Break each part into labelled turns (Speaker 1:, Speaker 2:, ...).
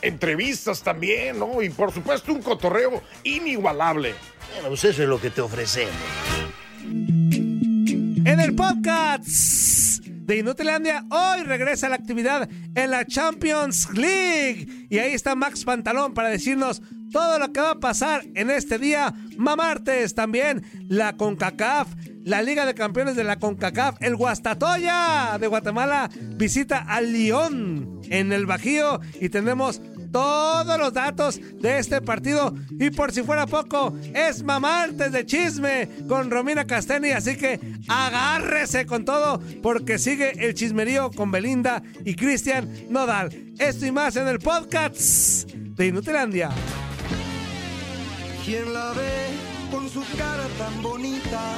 Speaker 1: Entrevistas también, ¿no? Y por supuesto un cotorreo inigualable.
Speaker 2: Bueno, pues eso es lo que te ofrecemos.
Speaker 3: En el podcast de Inutilandia, hoy regresa la actividad en la Champions League. Y ahí está Max Pantalón para decirnos todo lo que va a pasar en este día. Mamartes también, la CONCACAF, la Liga de Campeones de la CONCACAF, el Guastatoya de Guatemala visita al León en el Bajío y tenemos todos los datos de este partido. Y por si fuera poco, es mamartes de chisme con Romina Casteni. Así que agárrese con todo porque sigue el chismerío con Belinda y Cristian Nodal. Esto y más en el podcast de Inutilandia.
Speaker 4: ¿Quién la ve con su cara tan bonita?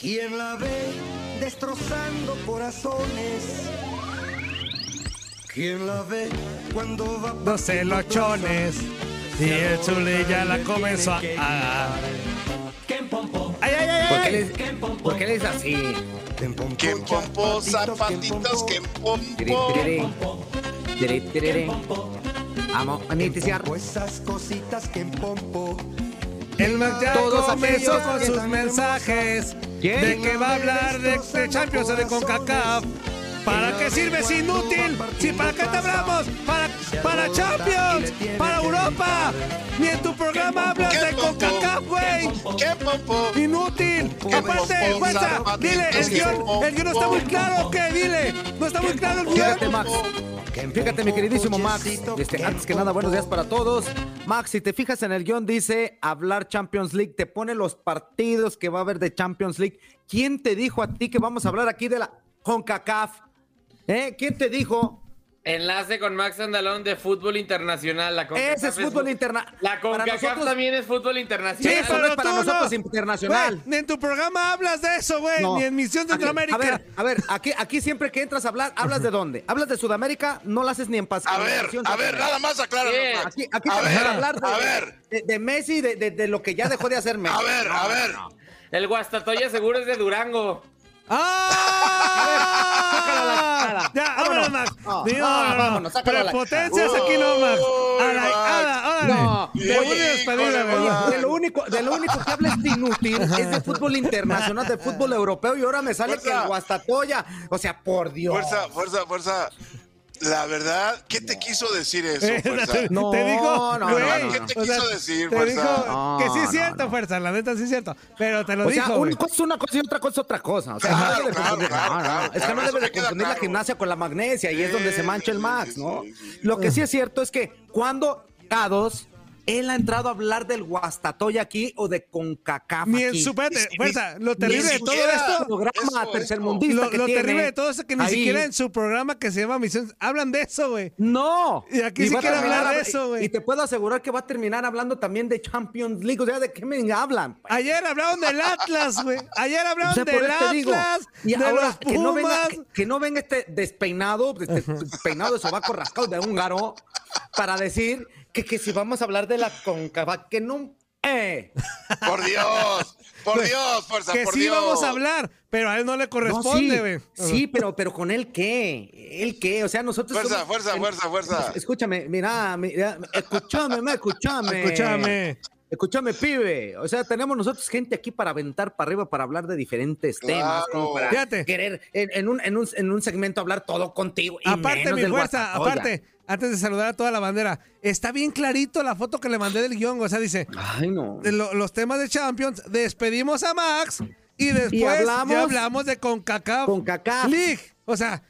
Speaker 4: ¿Quién la ve destrozando corazones? ¿Quién la ve cuando va
Speaker 3: Los celochones y el chule ya la comenzó a... ¡Ay, ay, ay!
Speaker 5: ¿Por qué
Speaker 3: ay!
Speaker 5: les, ¿por qué les así?
Speaker 4: Quien pompó, zapatitos, quien
Speaker 5: Tiri, tiri, tiri, tiri. Vamos a iniciar.
Speaker 4: pompo, esas cositas quien pompo.
Speaker 3: El Mac ya
Speaker 5: Todos
Speaker 3: comenzó
Speaker 5: aquellos
Speaker 3: con
Speaker 5: que
Speaker 3: sus
Speaker 4: están
Speaker 3: mensajes
Speaker 5: ¿Quién?
Speaker 3: de que va a hablar de, de Champions o de CONCACAF. ¿Para qué sirve es inútil? Si para qué te hablamos, para, para Champions, para Europa. Ni en tu programa hablas de CONCACAF, güey.
Speaker 6: ¿Qué pompo?
Speaker 3: Inútil.
Speaker 6: ¿Qué
Speaker 3: Aparte,
Speaker 6: pompo?
Speaker 3: fuerza,
Speaker 6: Zapatitos,
Speaker 3: dile, el
Speaker 6: ¿qué
Speaker 3: guión,
Speaker 6: pompo?
Speaker 3: el guión no está muy claro, ¿qué? Dile, no está muy claro el
Speaker 5: Fíjate,
Speaker 3: guión.
Speaker 5: Max. Fíjate, mi queridísimo Max. Este, antes que nada, buenos días para todos. Max, si te fijas en el guión, dice hablar Champions League. Te pone los partidos que va a haber de Champions League. ¿Quién te dijo a ti que vamos a hablar aquí de la CONCACAF? ¿Eh? ¿Quién te dijo?
Speaker 7: Enlace con Max Andalón de fútbol internacional. La CONCACAF
Speaker 5: Ese es fútbol internacional.
Speaker 7: La CONCACAF también es fútbol
Speaker 3: Sí,
Speaker 7: internacional.
Speaker 5: Eso no
Speaker 3: pero
Speaker 5: es para
Speaker 3: tú
Speaker 5: nosotros
Speaker 3: no.
Speaker 5: internacional.
Speaker 3: Güey, ni en tu programa hablas de eso, güey.
Speaker 5: No.
Speaker 3: Ni en Misión
Speaker 5: Aquí-
Speaker 3: Centroamérica.
Speaker 5: A ver, a ver, aquí, aquí siempre que entras a hablar, ¿hablas de dónde? ¿Hablas de Sudamérica? No lo haces ni en paz.
Speaker 6: A ver, a ver, nada más acláralo.
Speaker 7: Bien.
Speaker 6: Max.
Speaker 5: Aquí, aquí
Speaker 6: a
Speaker 5: te vas
Speaker 6: ver,
Speaker 5: a hablar de,
Speaker 6: a ver,
Speaker 5: de- de Messi, de, de- de lo que ya dejó de hacer Messi.
Speaker 6: a ver, a ver.
Speaker 7: El Guastatoya seguro es de Durango.
Speaker 3: ¡Ah! Ya, ahora Max.
Speaker 5: Ah,
Speaker 3: Digo,
Speaker 5: ah,
Speaker 3: no, no.
Speaker 5: vámonos, sácalo a la- Oh.
Speaker 3: Prepotencias aquí no, Max.
Speaker 6: Uy,
Speaker 3: A la
Speaker 6: Max.
Speaker 3: ala, órale.
Speaker 5: No.
Speaker 3: Te voy a despedir,
Speaker 6: Híjole,
Speaker 3: güey.
Speaker 6: Max.
Speaker 5: De lo, único, de lo único que hablas inútil es de fútbol internacional, de fútbol europeo, y ahora me sale
Speaker 6: Fuerza.
Speaker 5: que el Guastatoya. O sea, por Dios.
Speaker 6: Fuerza, fuerza, fuerza. La verdad, ¿qué te quiso decir eso, fuerza?
Speaker 3: Te-
Speaker 5: No,
Speaker 3: te dijo,
Speaker 5: no, no,
Speaker 3: güey,
Speaker 5: no, no.
Speaker 6: ¿Qué te
Speaker 3: o sea,
Speaker 6: quiso decir,
Speaker 3: te
Speaker 6: fuerza?
Speaker 3: dijo
Speaker 5: No,
Speaker 3: que sí es
Speaker 5: no,
Speaker 3: cierto, fuerza, la neta sí es cierto, pero te lo
Speaker 5: O
Speaker 3: dijo.
Speaker 5: sea,
Speaker 3: güey.
Speaker 5: una cosa es una cosa y otra cosa es otra cosa. O sea,
Speaker 6: Claro,
Speaker 5: no debe de
Speaker 6: claro,
Speaker 5: confundir-
Speaker 6: claro,
Speaker 5: no, no,
Speaker 6: claro,
Speaker 5: no. Es que
Speaker 6: claro,
Speaker 5: no
Speaker 6: eso
Speaker 5: debe
Speaker 6: me
Speaker 5: de
Speaker 6: queda
Speaker 5: confundir la
Speaker 6: claro.
Speaker 5: gimnasia con la magnesia y es
Speaker 6: Sí,
Speaker 5: donde se mancha el
Speaker 6: sí,
Speaker 5: Max,
Speaker 6: sí,
Speaker 5: ¿no?
Speaker 6: sí, sí.
Speaker 5: Lo que sí es cierto es que cuando Cados él ha entrado a hablar del Guastatoya aquí o de Concacaf
Speaker 3: Ni en
Speaker 5: aquí.
Speaker 3: su espérate,
Speaker 6: Ni-
Speaker 3: fuerza, lo
Speaker 6: ni
Speaker 3: terrible de todo
Speaker 6: siquiera
Speaker 3: esto,
Speaker 5: programa
Speaker 6: Eso,
Speaker 5: tercermundista
Speaker 3: lo,
Speaker 5: que
Speaker 3: lo
Speaker 5: tiene,
Speaker 3: terrible de todo es que ni
Speaker 5: ahí-
Speaker 3: siquiera en su programa que se llama Misión hablan de eso, güey.
Speaker 5: No.
Speaker 3: Y aquí sí
Speaker 5: va a
Speaker 3: quiere
Speaker 5: terminar
Speaker 3: hablar de
Speaker 5: hab-
Speaker 3: eso, güey.
Speaker 5: Y te puedo asegurar que va a terminar hablando también de Champions League. O sea, ¿de qué me hablan?
Speaker 3: Ayer hablaron del Atlas, güey. Ayer hablaron
Speaker 5: O sea, por
Speaker 3: del
Speaker 5: eso te digo,
Speaker 3: Atlas,
Speaker 5: y
Speaker 3: de
Speaker 5: ahora
Speaker 3: los
Speaker 5: que no venga,
Speaker 3: Pumas.
Speaker 5: que, que no venga este despeinado, este peinado de sobaco rascado de húngaro, para decir que, que si vamos a hablar de la concava, que no. ¡Eh!
Speaker 6: Por Dios, por Dios, fuerza,
Speaker 3: Pues, que
Speaker 6: por
Speaker 3: sí
Speaker 6: Dios.
Speaker 3: vamos a hablar, pero a él no le
Speaker 5: No,
Speaker 3: corresponde, güey.
Speaker 5: sí, sí, pero, pero con él qué? ¿Él qué? O sea, nosotros.
Speaker 6: Fuerza, fuerza, fuerza, fuerza.
Speaker 5: Escúchame, mira, mira, escúchame, ma, escúchame.
Speaker 3: Escúchame.
Speaker 5: Escúchame, pibe. O sea, tenemos nosotros gente aquí para aventar para arriba, para hablar de diferentes temas, como
Speaker 6: Claro.
Speaker 5: para
Speaker 3: Fíjate.
Speaker 5: querer en, en un, en, un, en un segmento hablar todo contigo. y
Speaker 3: Aparte,
Speaker 5: menos
Speaker 3: mi
Speaker 5: del
Speaker 3: fuerza,
Speaker 5: Guastatoya.
Speaker 3: aparte, antes de saludar a toda la bandera. Está bien clarito la foto que le mandé del guión, o sea, dice,
Speaker 5: Ay, no.
Speaker 3: de lo- los temas de Champions, despedimos a Max y después
Speaker 5: Y hablamos-
Speaker 3: ya hablamos de CONCACAF.
Speaker 5: CONCACAF.
Speaker 3: League. O sea,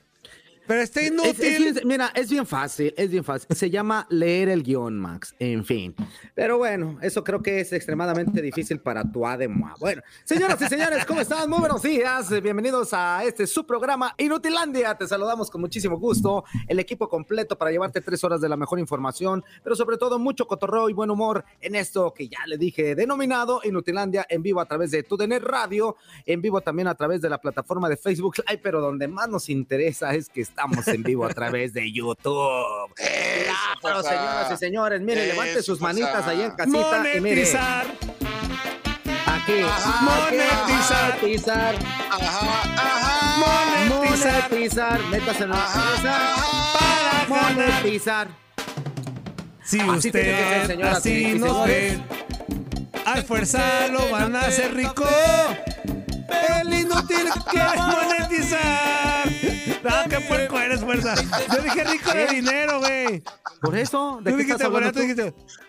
Speaker 3: pero está
Speaker 5: Es- es
Speaker 3: inútil.
Speaker 5: bien- mira, es bien fácil, es bien fácil. Se llama leer el guión, Max. En fin. Pero bueno, eso creo que es extremadamente difícil para tu ADMA. Bueno, señoras y señores, ¿cómo están? Muy buenos días. eh, Bienvenidos a este su programa Inutilandia. Te saludamos con muchísimo gusto. El equipo completo para llevarte tres horas de la mejor información, pero sobre todo mucho cotorreo y buen humor en esto que ya le dije, denominado Inutilandia en vivo a través de TUDN Radio, en vivo también a través de la plataforma de Facebook Live, pero donde más nos interesa es que estamos en vivo a través de YouTube. Claro,
Speaker 6: papá.
Speaker 5: señoras y señores, mire,
Speaker 6: Eso,
Speaker 5: levante sus
Speaker 6: papá.
Speaker 5: manitas ahí en casita y mire,
Speaker 3: Monetizar.
Speaker 5: aquí,
Speaker 3: Monetizar.
Speaker 5: monetizar,
Speaker 6: Ajá, ajá.
Speaker 3: Monetizar.
Speaker 5: monetizar, métase en monetizar,
Speaker 3: Para ganar.
Speaker 5: monetizar.
Speaker 3: Si
Speaker 5: Así tiene que ser,
Speaker 3: usted
Speaker 5: señoras y
Speaker 3: así nos
Speaker 5: señores.
Speaker 3: ve, al fuerza lo van a hacer rico. El inútil quiere monetizar. No, qué puerco eres, fuerza. Yo dije rico de dinero, güey.
Speaker 5: Por eso, ¿de
Speaker 3: Tú
Speaker 5: qué
Speaker 3: dijiste,
Speaker 5: estás
Speaker 3: bueno,
Speaker 5: hablando
Speaker 3: tú
Speaker 5: tú?
Speaker 3: dijiste.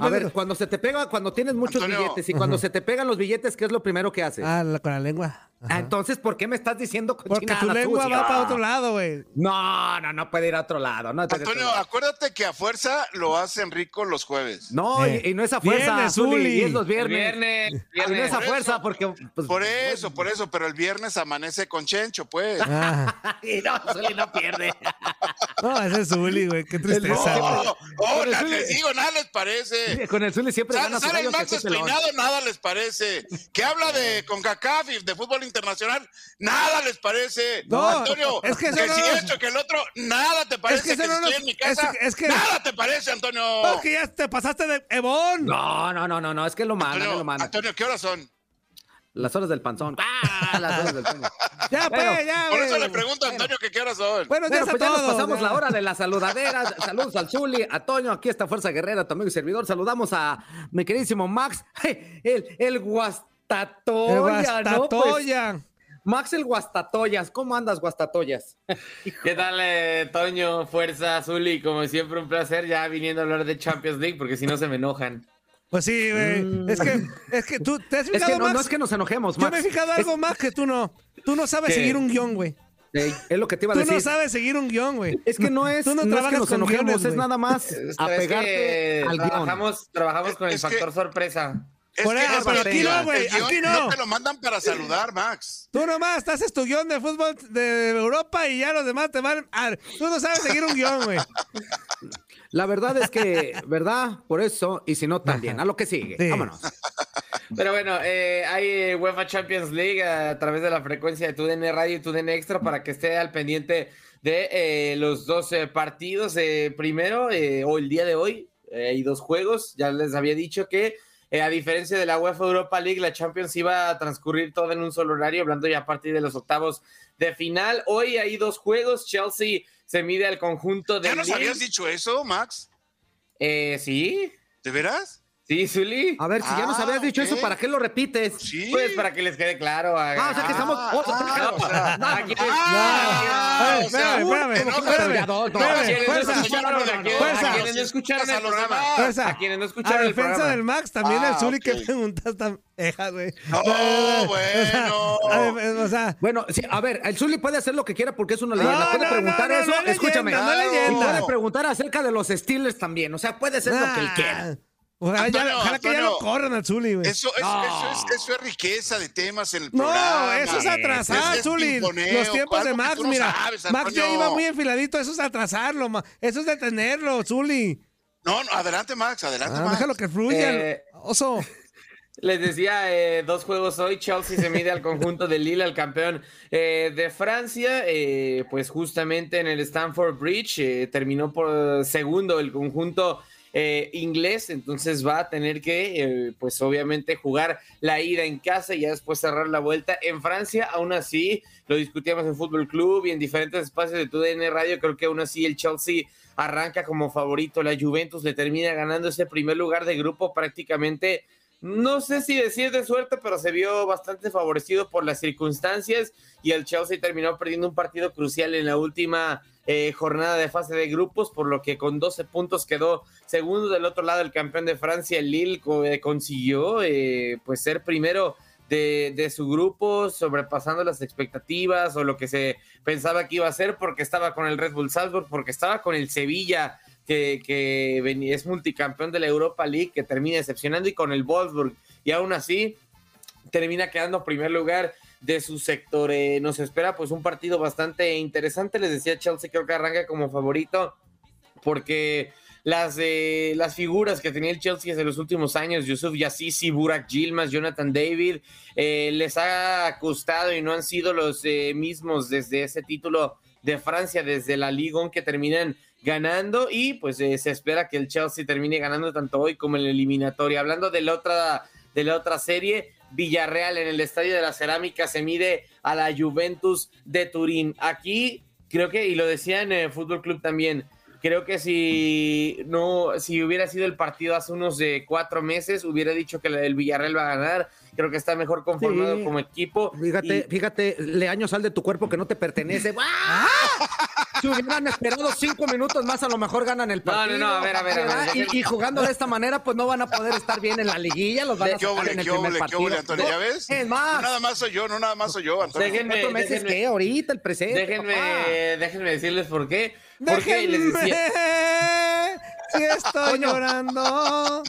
Speaker 5: A ver, cuando se te pega, cuando tienes muchos
Speaker 6: Antonio.
Speaker 5: billetes y cuando se te pegan los billetes, ¿qué es lo primero que haces?
Speaker 3: Ah, la- con la lengua.
Speaker 5: Ah, entonces, ¿por qué me estás diciendo
Speaker 3: Porque
Speaker 5: cochinadas,
Speaker 3: tu lengua
Speaker 5: sucia?
Speaker 3: va
Speaker 6: Ah.
Speaker 3: para otro lado, güey.
Speaker 5: No, no, no puede ir a otro lado. No, puede ir a otro
Speaker 6: Antonio,
Speaker 5: lado.
Speaker 6: acuérdate que a fuerza lo hacen rico los jueves.
Speaker 5: No,
Speaker 3: Eh,
Speaker 5: y, y no es a fuerza,
Speaker 3: viernes,
Speaker 5: Zuli,
Speaker 3: Zuli.
Speaker 5: y es los viernes.
Speaker 7: Viernes,
Speaker 5: Ah, y no
Speaker 7: viernes.
Speaker 5: es a
Speaker 6: Por
Speaker 5: fuerza
Speaker 6: eso.
Speaker 5: porque... pues,
Speaker 6: Por eso, por eso, pero el viernes amanece con Chencho, pues.
Speaker 3: Ah.
Speaker 5: y no, Zuli no pierde.
Speaker 3: No, ese es Zuli, güey. Qué tristeza. güey.
Speaker 6: No, no,
Speaker 5: Pero
Speaker 6: na-
Speaker 5: eso-
Speaker 6: les digo, nada les parece.
Speaker 5: Con el Zuli siempre
Speaker 6: Sale,
Speaker 5: gana su
Speaker 6: sale
Speaker 5: gallo
Speaker 6: el
Speaker 5: que
Speaker 6: Max
Speaker 5: su pelón.
Speaker 6: despeinado, nada les parece. Que habla de CONCACAF y de fútbol internacional, nada les parece.
Speaker 3: No,
Speaker 6: Antonio,
Speaker 3: es que eso
Speaker 6: si
Speaker 3: no-
Speaker 6: esto, que el otro, nada te parece.
Speaker 3: eso
Speaker 6: que si
Speaker 3: no
Speaker 6: estoy
Speaker 3: nos-
Speaker 6: en mi casa,
Speaker 3: es que- es que-
Speaker 6: nada te parece, Antonio.
Speaker 3: No, que ya te pasaste de Ebon.
Speaker 5: No, no, no, no, no, es que lo manda, que lo
Speaker 6: Antonio,
Speaker 5: manda.
Speaker 6: Antonio, ¿qué horas son?
Speaker 5: Las horas del panzón. Ah, las horas del panzón.
Speaker 3: Ya,
Speaker 5: Bueno,
Speaker 3: pues, ya,
Speaker 6: Por eso
Speaker 3: güey.
Speaker 6: le pregunto a Antonio que qué horas son.
Speaker 3: Buenos días
Speaker 5: Bueno, pues
Speaker 3: a
Speaker 5: ya nos
Speaker 3: todos.
Speaker 5: pasamos
Speaker 3: ya.
Speaker 5: la hora de la saludadera. Saludos al Zuli, a Toño, aquí está Fuerza Guerrera, tu amigo y servidor. Saludamos a mi queridísimo Max, el, el Guastatoya.
Speaker 3: El
Speaker 5: ¿no? Pues,
Speaker 3: Guastatoya.
Speaker 5: Max el Guastatoyas, ¿cómo andas, Guastatoyas?
Speaker 7: ¿Qué tal, eh, Toño? Fuerza, Zuli. Como siempre, un placer ya viniendo a hablar de Champions League, porque si no se me enojan.
Speaker 3: Pues sí, güey. Es que, es que tú, ¿te has
Speaker 5: Mm. Es
Speaker 3: fijado,
Speaker 5: que no,
Speaker 3: Max?
Speaker 5: no es que nos enojemos,
Speaker 3: Yo
Speaker 5: Max.
Speaker 3: me he fijado
Speaker 5: Es-
Speaker 3: algo más que tú no. Tú no sabes
Speaker 7: ¿Qué?
Speaker 3: seguir un guión, güey.
Speaker 5: Ey, Es, lo que te iba a
Speaker 3: Tú
Speaker 5: decir.
Speaker 3: no sabes seguir un guión, güey.
Speaker 5: Es que no es,
Speaker 3: Tú no
Speaker 5: no es que
Speaker 3: trabajas
Speaker 5: nos
Speaker 3: con
Speaker 5: enojemos,
Speaker 3: guiones,
Speaker 5: es
Speaker 3: güey.
Speaker 5: nada más
Speaker 7: Es
Speaker 5: apegarte
Speaker 7: que
Speaker 5: al guión.
Speaker 7: trabajamos, trabajamos con el
Speaker 6: Es que-
Speaker 7: factor sorpresa.
Speaker 6: Es
Speaker 3: Por
Speaker 6: que
Speaker 3: eso,
Speaker 6: es
Speaker 3: pero
Speaker 6: que
Speaker 3: aquí
Speaker 6: el
Speaker 3: no,
Speaker 6: guión-
Speaker 3: güey,
Speaker 6: el guión
Speaker 3: aquí no.
Speaker 6: No te lo mandan para saludar, Max.
Speaker 3: Tú nomás te haces tu guión de fútbol de Europa y ya los demás te van a... Tú no sabes seguir un guión, güey.
Speaker 5: La verdad es que, ¿verdad? Por eso, y si no, también. A lo que sigue.
Speaker 3: Sí.
Speaker 5: Vámonos.
Speaker 7: Pero bueno, eh, hay eh, UEFA Champions League a través de la frecuencia de TUDN Radio y TUDN Extra para que esté al pendiente de eh, los dos eh, partidos. Eh, primero, eh, o el día de hoy, eh, hay dos juegos. Ya les había dicho que, eh, a diferencia de la UEFA Europa League, la Champions iba a transcurrir todo en un solo horario, hablando ya a partir de los octavos de final. Hoy hay dos juegos. Chelsea se mide al conjunto de.
Speaker 6: ¿Ya nos habías dicho eso, Max?
Speaker 7: Eh, sí,
Speaker 6: ¿De veras?
Speaker 7: sí, Zuli.
Speaker 5: A ver, si ya nos
Speaker 6: Ah,
Speaker 5: habías dicho
Speaker 6: ok.
Speaker 5: eso, ¿para qué lo repites?
Speaker 6: Sí.
Speaker 7: Pues para que les quede claro. a-
Speaker 5: Ah, o sea que
Speaker 7: a-
Speaker 5: estamos.
Speaker 6: Ah,
Speaker 5: oh,
Speaker 6: ah,
Speaker 5: no,
Speaker 6: o sea,
Speaker 5: no,
Speaker 7: aquí-
Speaker 5: no,
Speaker 6: Ah,
Speaker 3: Ay,
Speaker 6: o sea,
Speaker 3: espérame, espérame,
Speaker 6: no,
Speaker 3: espérame,
Speaker 5: no, no,
Speaker 7: A
Speaker 3: espérame,
Speaker 7: quienes no
Speaker 3: fuerza,
Speaker 7: escucharon, a quienes-
Speaker 3: fuerza.
Speaker 7: a quienes no escucharon el programa.
Speaker 3: fuerza.
Speaker 7: A quienes no
Speaker 3: A
Speaker 7: escucharon el
Speaker 3: defensa
Speaker 7: programa.
Speaker 3: del Max, también el
Speaker 6: Ah,
Speaker 3: Zuli
Speaker 6: ok.
Speaker 3: que preguntas tan Deja, güey.
Speaker 6: No, bueno.
Speaker 3: O sea, a ver, o sea,
Speaker 5: Bueno, sí, a ver, el Zuli puede hacer lo que quiera porque es una leyenda.
Speaker 3: No,
Speaker 5: puede
Speaker 3: no,
Speaker 5: preguntar
Speaker 3: no, no,
Speaker 5: eso,
Speaker 3: no es
Speaker 5: escúchame.
Speaker 3: leyenda,
Speaker 6: no es
Speaker 5: y
Speaker 6: leyenda.
Speaker 5: puede preguntar acerca de los Steelers también. O sea, puede hacer lo que él quiera.
Speaker 3: Ojalá, ya-
Speaker 6: Antonio,
Speaker 3: ojalá que ya
Speaker 6: Antonio.
Speaker 3: lo corran al Zuli, güey.
Speaker 6: Eso es, eso, es, eso es riqueza de temas en el
Speaker 3: No,
Speaker 6: programa.
Speaker 3: eso es atrasar,
Speaker 6: Es- es
Speaker 3: Zuli.
Speaker 6: pimponeo,
Speaker 3: Los tiempos
Speaker 6: algo
Speaker 3: de
Speaker 6: que
Speaker 3: Max,
Speaker 6: tú no
Speaker 3: mira.
Speaker 6: sabes,
Speaker 3: Max ya
Speaker 6: Antonio.
Speaker 3: iba muy enfiladito, eso es atrasarlo, ma- eso es detenerlo, Zuli.
Speaker 6: No, no, adelante, Max, adelante,
Speaker 3: Ah,
Speaker 6: Max.
Speaker 3: déjalo que fluya,
Speaker 7: Eh,
Speaker 3: oso.
Speaker 7: Les decía, eh, dos juegos hoy. Chelsea se mide al conjunto de Lille, al campeón eh, de Francia. eh, pues justamente en el Stanford Bridge eh, terminó por segundo el conjunto eh, inglés. Entonces va a tener que, eh, pues obviamente, jugar la ida en casa y ya después cerrar la vuelta en Francia. Aún así, lo discutíamos en Fútbol Club y en diferentes espacios de TUDN Radio. Creo que aún así el Chelsea arranca como favorito. La Juventus le termina ganando ese primer lugar de grupo prácticamente no sé si decir de suerte, pero se vio bastante favorecido por las circunstancias y el Chelsea terminó perdiendo un partido crucial en la última eh, jornada de fase de grupos, por lo que con 12 puntos quedó segundo del otro lado el campeón de Francia, el Lille, co- eh, consiguió eh, pues ser primero de, de su grupo, sobrepasando las expectativas o lo que se pensaba que iba a ser, porque estaba con el Red Bull Salzburg, porque estaba con el Sevilla, que, que ven- es multicampeón de la Europa League, que termina decepcionando, y con el Wolfsburg. Y aún así, termina quedando en primer lugar de su sector. Eh, nos espera pues un partido bastante interesante. Les decía Chelsea, creo que arranca como favorito porque las, eh, las figuras que tenía el Chelsea desde los últimos años, Yusuf Yassisi, Burak Yilmaz, Jonathan David, eh, les ha costado y no han sido los eh, mismos desde ese título de Francia, desde la Ligue 1 que terminan ganando y pues eh, se espera que el Chelsea termine ganando tanto hoy como en la eliminatoria. Hablando de la otra, de la otra serie, Villarreal en el Estadio de la Cerámica se mide a la Juventus de Turín. Aquí creo que, y lo decía en el Fútbol Club también, creo que si no, si hubiera sido el partido hace unos de cuatro meses, hubiera dicho que el Villarreal va a ganar. Creo que está mejor conformado
Speaker 5: Sí.
Speaker 7: como equipo.
Speaker 5: Fíjate,
Speaker 7: Y-
Speaker 5: fíjate, Leaño, sal de tu cuerpo que no te pertenece. ¡Ah! Si hubieran esperado cinco minutos más, a lo mejor ganan el
Speaker 7: No, no,
Speaker 5: partido.
Speaker 7: no, a ver, a ver, a ver,
Speaker 5: ¿verdad?
Speaker 7: yo
Speaker 5: Y,
Speaker 7: creo-
Speaker 5: y jugando de esta manera, pues no van a poder estar bien en la liguilla, los van a
Speaker 6: ¿Qué
Speaker 5: sacar
Speaker 6: óvole,
Speaker 5: en el
Speaker 6: qué
Speaker 5: primer
Speaker 6: óvole, qué
Speaker 5: partido.
Speaker 6: óvole, Antonio? ¿Ya
Speaker 5: No,
Speaker 6: ves?
Speaker 5: Es
Speaker 6: No
Speaker 5: más,
Speaker 6: nada más soy yo, no nada más soy yo, Antonio.
Speaker 7: Déjenme-
Speaker 5: cuatro meses
Speaker 7: déjenme-
Speaker 5: que ahorita, el presente.
Speaker 7: Déjenme,
Speaker 5: papá.
Speaker 7: déjenme decirles por qué. Porque les
Speaker 3: ¡Déjenme!
Speaker 7: decía,
Speaker 3: Si estoy llorando.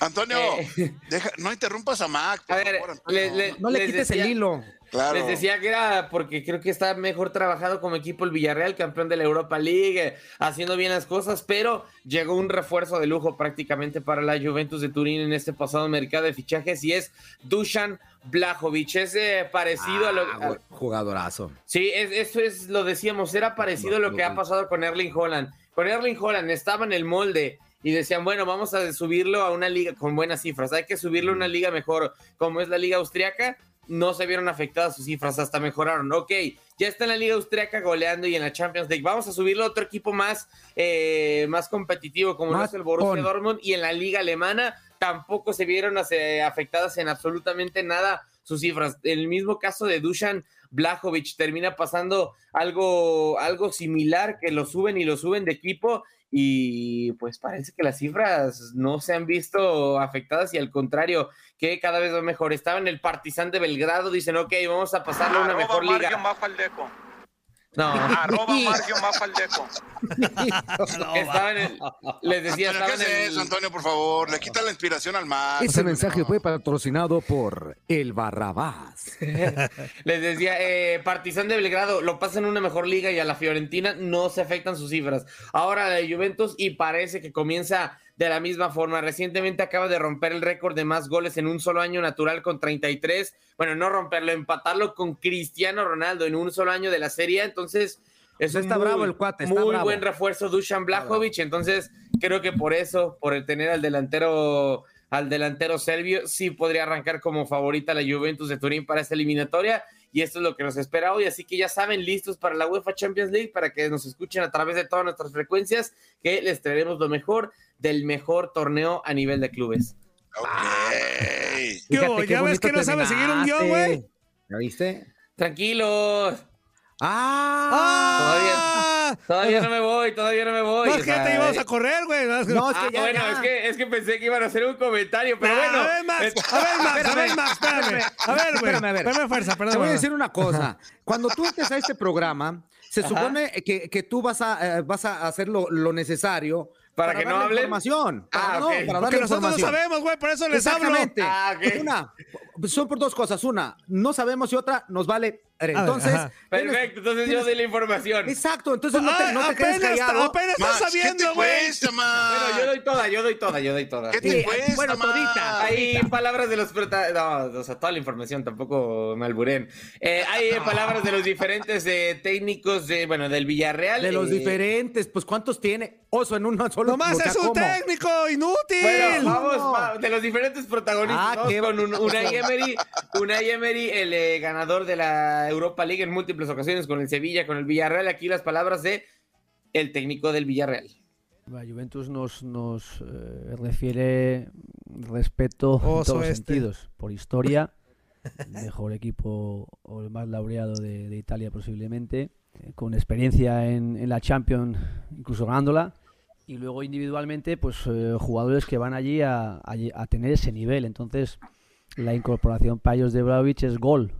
Speaker 6: Antonio,
Speaker 7: Eh.
Speaker 6: deja- no interrumpas a Mac, por
Speaker 7: a ver,
Speaker 6: favor, Antonio.
Speaker 7: le- le-
Speaker 5: No le
Speaker 7: les
Speaker 5: quites
Speaker 7: decía-
Speaker 5: el hilo.
Speaker 6: Claro.
Speaker 7: Les decía que era porque creo que está mejor trabajado como equipo el Villarreal, campeón de la Europa League, eh, haciendo bien las cosas, pero llegó un refuerzo de lujo prácticamente para la Juventus de Turín en este pasado mercado de fichajes y es Dusan Blajovic. Es eh, parecido a lo
Speaker 5: Ah, güey,
Speaker 7: a-
Speaker 5: jugadorazo.
Speaker 7: Sí, es- eso es, lo decíamos, era parecido a lo que ha pasado con Erling Holland. Con Erling Holland estaba en el molde y decían, bueno, vamos a subirlo a una liga con buenas cifras, hay que subirlo a una liga mejor, como es la liga austriaca, no se vieron afectadas sus cifras, hasta mejoraron. Ok, ya está en la liga austriaca goleando y en la Champions League, vamos a subirlo a otro equipo más, eh, más competitivo como lo
Speaker 5: Más
Speaker 7: es el Borussia
Speaker 5: on.
Speaker 7: Dortmund y en la liga alemana tampoco se vieron eh, afectadas en absolutamente nada sus cifras. En el mismo caso de Dusan Blajovic termina pasando algo, algo similar, que lo suben y lo suben de equipo y pues parece que las cifras no se han visto afectadas y al contrario, que cada vez va mejor. Estaba en el Partizan de Belgrado, dicen, ok, vamos a pasarlo a una mejor liga. No,
Speaker 5: Arroba
Speaker 7: estaba en el- les decía,
Speaker 6: Antonio, ¿qué
Speaker 7: estaba en
Speaker 6: es
Speaker 7: el...
Speaker 6: eso, Antonio, por favor? Le quita la inspiración al Mac.
Speaker 5: Ese mensaje fue patrocinado por El Barrabás.
Speaker 7: Les decía, eh, Partizan de Belgrado lo pasa en una mejor liga y a la Fiorentina no se afectan sus cifras. Ahora la de Juventus y parece que comienza de la misma forma. Recientemente acaba de romper el récord de más goles en un solo año natural con 33. Bueno, no romperlo, empatarlo con Cristiano Ronaldo en un solo año de la serie. Entonces, es
Speaker 5: Pues Está
Speaker 7: un muy,
Speaker 5: bravo el cuate, está
Speaker 7: muy
Speaker 5: bravo.
Speaker 7: buen refuerzo Dusan Blajovic. Entonces, creo que por eso, por el tener al delantero al delantero serbio, sí podría arrancar como favorita la Juventus de Turín para esta eliminatoria. Y esto es lo que nos espera hoy. Así que ya saben, listos para la UEFA Champions League, para que nos escuchen a través de todas nuestras frecuencias, que les traeremos lo mejor del mejor torneo a nivel de clubes.
Speaker 6: Ok.
Speaker 3: ¿Qué
Speaker 5: Fíjate
Speaker 3: hubo?
Speaker 5: qué
Speaker 3: ¿Ya ves
Speaker 5: bonito
Speaker 3: que no sabe seguir un guión,
Speaker 5: terminaste.
Speaker 3: güey?
Speaker 5: ¿Ya viste?
Speaker 7: Tranquilos,
Speaker 3: ¡Ah!
Speaker 7: todavía no me voy, todavía no me voy.
Speaker 3: No,
Speaker 7: O
Speaker 3: es que ya
Speaker 7: sea,
Speaker 3: te íbamos a correr, güey. eh, No, es que-
Speaker 5: No, es
Speaker 7: Ah,
Speaker 5: que ya,
Speaker 7: bueno,
Speaker 5: ya.
Speaker 7: Es, que, es que pensé que iban a hacer un comentario, pero
Speaker 3: Ah,
Speaker 7: bueno.
Speaker 3: A ver, Max.
Speaker 7: es-
Speaker 3: A ver, Max. A ver,
Speaker 5: espérame,
Speaker 3: Max. Espérame. A ver, güey.
Speaker 5: espérame, a ver.
Speaker 3: Dame fuerza, perdón.
Speaker 5: Te voy a
Speaker 3: güey.
Speaker 5: decir una cosa. Cuando tú entres a este programa, se
Speaker 7: Ajá.
Speaker 5: supone que, que tú vas a, eh, vas a hacer lo, lo necesario
Speaker 7: Para que no
Speaker 5: darle
Speaker 7: hablen.
Speaker 5: información. Para,
Speaker 7: Ah,
Speaker 5: no,
Speaker 7: ok.
Speaker 5: para darle
Speaker 3: Porque nosotros no
Speaker 5: información.
Speaker 3: sabemos, güey. Por eso les hablo.
Speaker 5: Exactamente.
Speaker 7: Ah, ok.
Speaker 5: Una, son por dos cosas. Una, no sabemos y otra, nos vale. Entonces,
Speaker 3: ajá.
Speaker 5: tienes-
Speaker 7: Perfecto, entonces yo
Speaker 5: tienes-
Speaker 7: doy la información.
Speaker 5: Exacto, entonces no te,
Speaker 3: Ay,
Speaker 5: no te quedes
Speaker 3: Ah, apenas,
Speaker 5: callado.
Speaker 3: apenas
Speaker 6: Max,
Speaker 3: estás
Speaker 6: ¿qué te
Speaker 3: sabiendo, güey.
Speaker 6: cuesta, Mac?
Speaker 7: Bueno, yo doy toda, yo doy toda, yo doy toda.
Speaker 6: ¿Qué
Speaker 5: Sí,
Speaker 6: te cuesta,
Speaker 5: bueno,
Speaker 6: Mac?
Speaker 5: todita.
Speaker 7: Hay palabras de los prota- no, o sea, toda la información tampoco me alburen. Eh, hay palabras de los diferentes eh, técnicos de, bueno, del Villarreal.
Speaker 5: De los
Speaker 7: eh,
Speaker 5: diferentes, pues ¿cuántos tiene? Oso en uno solo.
Speaker 3: Nomás
Speaker 5: lugar,
Speaker 3: es un
Speaker 5: ¿cómo?
Speaker 3: técnico inútil.
Speaker 7: Bueno, vamos,
Speaker 5: No.
Speaker 7: va- de los diferentes protagonistas,
Speaker 5: Ah,
Speaker 7: vamos
Speaker 5: qué
Speaker 7: con un,
Speaker 5: bonito.
Speaker 7: Unai Emery, Unai Emery, el eh, ganador de la Europa League en múltiples ocasiones con el Sevilla, con el Villarreal. Aquí las palabras de el técnico del Villarreal.
Speaker 8: La Juventus nos, nos eh, refiere respeto en
Speaker 3: Oso
Speaker 8: todos los
Speaker 3: este.
Speaker 8: sentidos. Por historia, el mejor equipo o el más laureado de, de Italia posiblemente, eh, con experiencia en, en la Champions, incluso ganándola. Y luego individualmente, pues eh, jugadores que van allí a, a lle- a tener ese nivel. Entonces, la incorporación para ellos de Bravic es gol.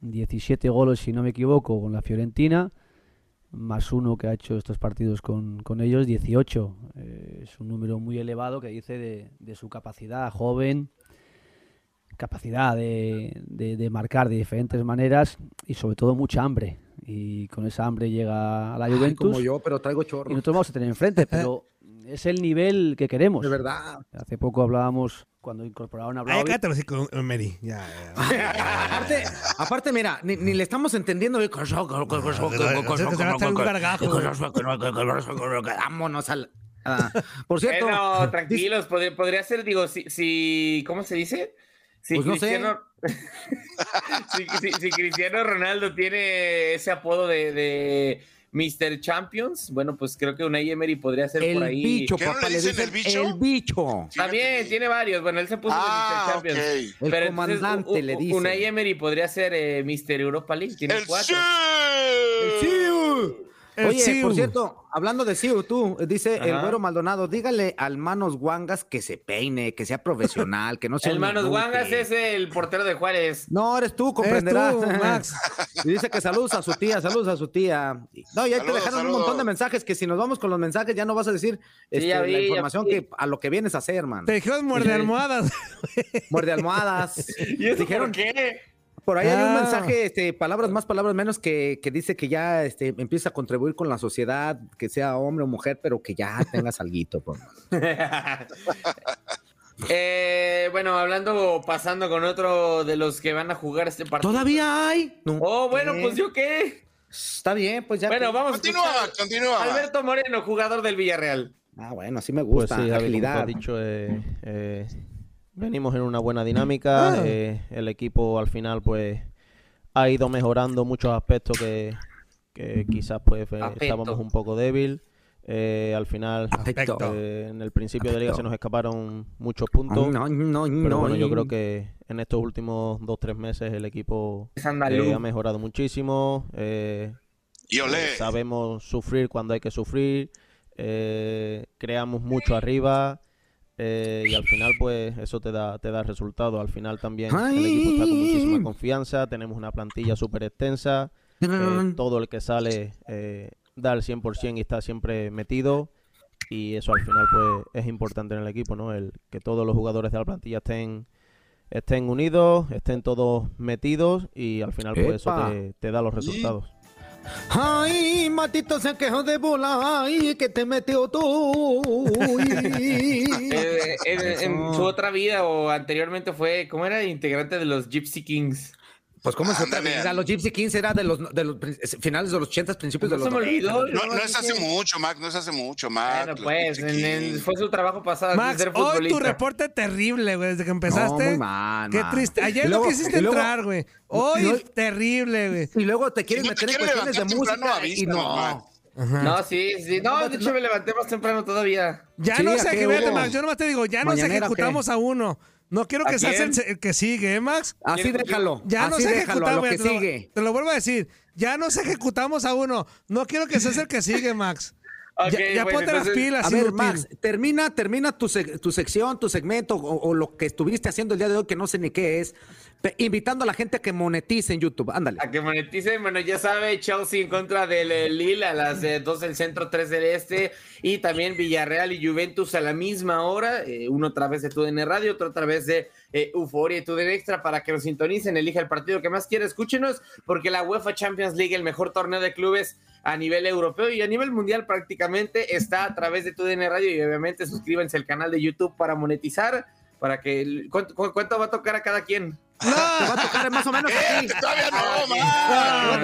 Speaker 8: 17 goles, si no me equivoco, con la Fiorentina más uno que ha hecho estos partidos con, con ellos, 18. Eh, es un número muy elevado que dice de, de su capacidad joven, capacidad de, de- de marcar de diferentes maneras y sobre todo mucha hambre. Y con esa hambre llega a la
Speaker 5: Ay,
Speaker 8: Juventus.
Speaker 5: como yo, pero traigo
Speaker 8: Y
Speaker 5: chorro.
Speaker 8: nosotros vamos a tener enfrente, pero es el nivel que queremos.
Speaker 5: De verdad.
Speaker 8: Hace poco hablábamos, cuando incorporaron a
Speaker 3: Ay,
Speaker 8: Vlahovic,
Speaker 3: cállate, sí, con Mary. Ya, ya.
Speaker 5: Aparte, aparte, mira, ni, ni le estamos entendiendo. Vámonos al. ah, por cierto.
Speaker 7: Bueno, Eh, tranquilos, podría, podría ser, digo, si, si- ¿cómo se dice? Si
Speaker 5: Pues no sé.
Speaker 7: Cristiano, si, si- si Cristiano Ronaldo tiene ese apodo de, de Mr. Champions, bueno, pues creo que Unai Emery podría ser
Speaker 5: El
Speaker 7: por ahí.
Speaker 5: bicho,
Speaker 6: ¿Qué no le
Speaker 5: papá, le
Speaker 6: dicen el
Speaker 5: dicen
Speaker 6: bicho?
Speaker 5: el bicho.
Speaker 7: También tiene varios, bueno, él se puso
Speaker 6: Ah,
Speaker 7: de Mr. Champions.
Speaker 6: ok.
Speaker 5: El
Speaker 7: Pero entonces,
Speaker 5: comandante
Speaker 7: U- U-
Speaker 5: le dice.
Speaker 7: Unai Emery podría ser eh, Mr. Europa League, tiene
Speaker 6: El
Speaker 7: cuatro.
Speaker 6: sí.
Speaker 3: El
Speaker 5: Oye, por
Speaker 3: Siu.
Speaker 5: cierto, hablando de Siu, tú, eh, dice el
Speaker 7: Ajá.
Speaker 5: güero Maldonado, dígale al Manos Guangas que se peine, que sea profesional, que no sea un
Speaker 7: Hermanos
Speaker 5: inútil.
Speaker 7: Guangas es el portero de Juárez.
Speaker 5: No, eres tú, comprenderás. Y dice que saludos a su tía, saludos a su tía. No, ya te
Speaker 6: Saludos,
Speaker 5: dejaron un
Speaker 6: saludos.
Speaker 5: montón de mensajes que si nos vamos con los mensajes ya no vas a decir este,
Speaker 7: ya vi,
Speaker 5: la
Speaker 7: ya
Speaker 5: información
Speaker 7: vi.
Speaker 5: que a lo que vienes a hacer, hermano.
Speaker 3: Te dijeron muerde almohadas.
Speaker 5: Muerde almohadas.
Speaker 7: ¿Y eso
Speaker 5: Dijeron-
Speaker 7: por qué?
Speaker 5: Por ahí hay un
Speaker 3: Ah.
Speaker 5: mensaje, este, palabras más, palabras menos, que, que dice que ya este, empieza a contribuir con la sociedad, que sea hombre o mujer, pero que ya tengas alguito. por-
Speaker 7: Eh, bueno, hablando, pasando con otro de los que van a jugar este partido.
Speaker 5: ¿Todavía hay? No.
Speaker 7: Oh, bueno,
Speaker 5: ¿Qué?
Speaker 7: pues yo qué.
Speaker 5: Está bien, pues ya.
Speaker 7: Bueno,
Speaker 5: que-
Speaker 7: vamos a
Speaker 6: Continúa,
Speaker 7: escuchar a
Speaker 6: continúa.
Speaker 7: Alberto Moreno, jugador del Villarreal.
Speaker 5: Ah, bueno, así me
Speaker 9: Pues
Speaker 5: gusta,
Speaker 9: sí, Javi, como tú has
Speaker 5: agilidad.
Speaker 9: dicho, eh, eh, venimos en una buena
Speaker 5: Ah.
Speaker 9: dinámica. eh, el equipo al final, pues, ha ido mejorando muchos aspectos que, que quizás, pues, eh,
Speaker 7: Aspecto.
Speaker 9: estábamos un poco débil. Eh, al final,
Speaker 5: Aspecto.
Speaker 9: eh, en el principio de liga
Speaker 5: Aspecto.
Speaker 9: se nos escaparon muchos puntos.
Speaker 5: Ah, No, no,
Speaker 9: Pero
Speaker 5: no.
Speaker 9: bueno, yo creo que en estos últimos dos, tres meses el equipo
Speaker 7: Es
Speaker 9: eh, ha
Speaker 7: andaluz.
Speaker 9: mejorado muchísimo. eh,
Speaker 6: Y olé.
Speaker 9: eh, Sabemos sufrir cuando hay que sufrir. eh, creamos mucho arriba. eh, y al final, pues, eso te da, te da resultado. Al final también el equipo está con muchísima confianza. Tenemos una plantilla súper extensa. eh, todo el que sale eh, da el 100% y está siempre metido. Y eso al final, pues, es importante en el equipo, ¿no? El, que todos los jugadores de la plantilla estén estén unidos, estén todos metidos y al final pues eso
Speaker 5: ¡Epa!
Speaker 9: te- te da los resultados.
Speaker 5: Ay, Matito se quejó de bola, ay, que te metió tú.
Speaker 7: Eh, en, en
Speaker 5: Eso.
Speaker 7: su otra vida o anteriormente fue, ¿cómo era? Integrante de los Gypsy Kings.
Speaker 5: Pues, ¿cómo se
Speaker 6: Ándale.
Speaker 5: trata? Los Gypsy Kings era de los, de los prin- finales de los 80, principios de
Speaker 7: Pues No
Speaker 5: los
Speaker 7: se me
Speaker 5: 90.
Speaker 7: olvidó.
Speaker 6: No, no es hace
Speaker 7: dije-
Speaker 6: mucho, Mac, no es hace mucho, Mac.
Speaker 7: Bueno,
Speaker 6: los
Speaker 7: pues,
Speaker 6: pinche
Speaker 7: en- en-
Speaker 6: Kings.
Speaker 7: fue su trabajo pasado.
Speaker 3: Max,
Speaker 7: de ser
Speaker 3: hoy tu
Speaker 7: futbolista.
Speaker 3: reporte terrible, güey, desde que empezaste.
Speaker 5: No, muy mal,
Speaker 3: Qué
Speaker 5: man.
Speaker 3: triste. Ayer
Speaker 5: Y luego-
Speaker 3: no quisiste
Speaker 5: y luego-
Speaker 3: entrar, güey. Hoy
Speaker 5: y luego-
Speaker 3: terrible, güey.
Speaker 5: Y luego te quieres
Speaker 6: Si no te
Speaker 5: meter en
Speaker 6: quieres
Speaker 5: cuestiones de
Speaker 6: levantar temprano,
Speaker 5: música y
Speaker 6: avísanos, man.
Speaker 5: no.
Speaker 7: No, sí, sí. No, de hecho me levanté más temprano todavía.
Speaker 3: Ya
Speaker 5: Sí,
Speaker 3: no
Speaker 5: ¿a
Speaker 3: se
Speaker 5: qué
Speaker 3: ejecuta,
Speaker 5: hubo?
Speaker 3: Max. Yo nomás te digo, ya nos
Speaker 5: ¿Mañanera o qué?
Speaker 3: ejecutamos a uno. No quiero
Speaker 7: ¿A
Speaker 3: que seas
Speaker 7: quién?
Speaker 3: el, se- el que sigue, ¿eh, Max.
Speaker 5: Así
Speaker 7: ¿Quién-
Speaker 5: déjalo.
Speaker 3: Ya
Speaker 5: así
Speaker 3: nos
Speaker 5: déjalo, a
Speaker 3: ejecutamos.
Speaker 5: lo que
Speaker 3: mira, te, lo-
Speaker 5: sigue.
Speaker 3: te lo vuelvo a decir. Ya nos ejecutamos a uno. No quiero que seas el que sigue, Max. Ya-
Speaker 7: Ok,
Speaker 3: ya
Speaker 7: bueno,
Speaker 3: ponte las
Speaker 7: entonces-
Speaker 3: pilas,
Speaker 5: A ver,
Speaker 3: inútil.
Speaker 5: Max, termina, termina tu, sec- tu sección, tu segmento o, o lo que estuviste haciendo el día de hoy, que no sé ni qué es, pe- invitando a la gente a que monetice en YouTube. Ándale.
Speaker 7: A que moneticen, bueno, ya sabe, Chelsea en contra del eh, Lille a las 2 del centro, 3 del este, y también Villarreal y Juventus a la misma hora, eh, uno a través de TUDN Radio, otro a través de eh, Euforia y TUDN Extra, para que nos sintonicen, elija el partido que más quiera, escúchenos, porque la UEFA Champions League, el mejor torneo de clubes a nivel europeo y a nivel mundial prácticamente, está a través de TUDN Radio, y obviamente suscríbanse al canal de YouTube para monetizar, para que, el- ¿cuánto, cu- cuánto va a tocar a cada quien?
Speaker 5: Te va a tocar más o menos así.
Speaker 6: Todavía no,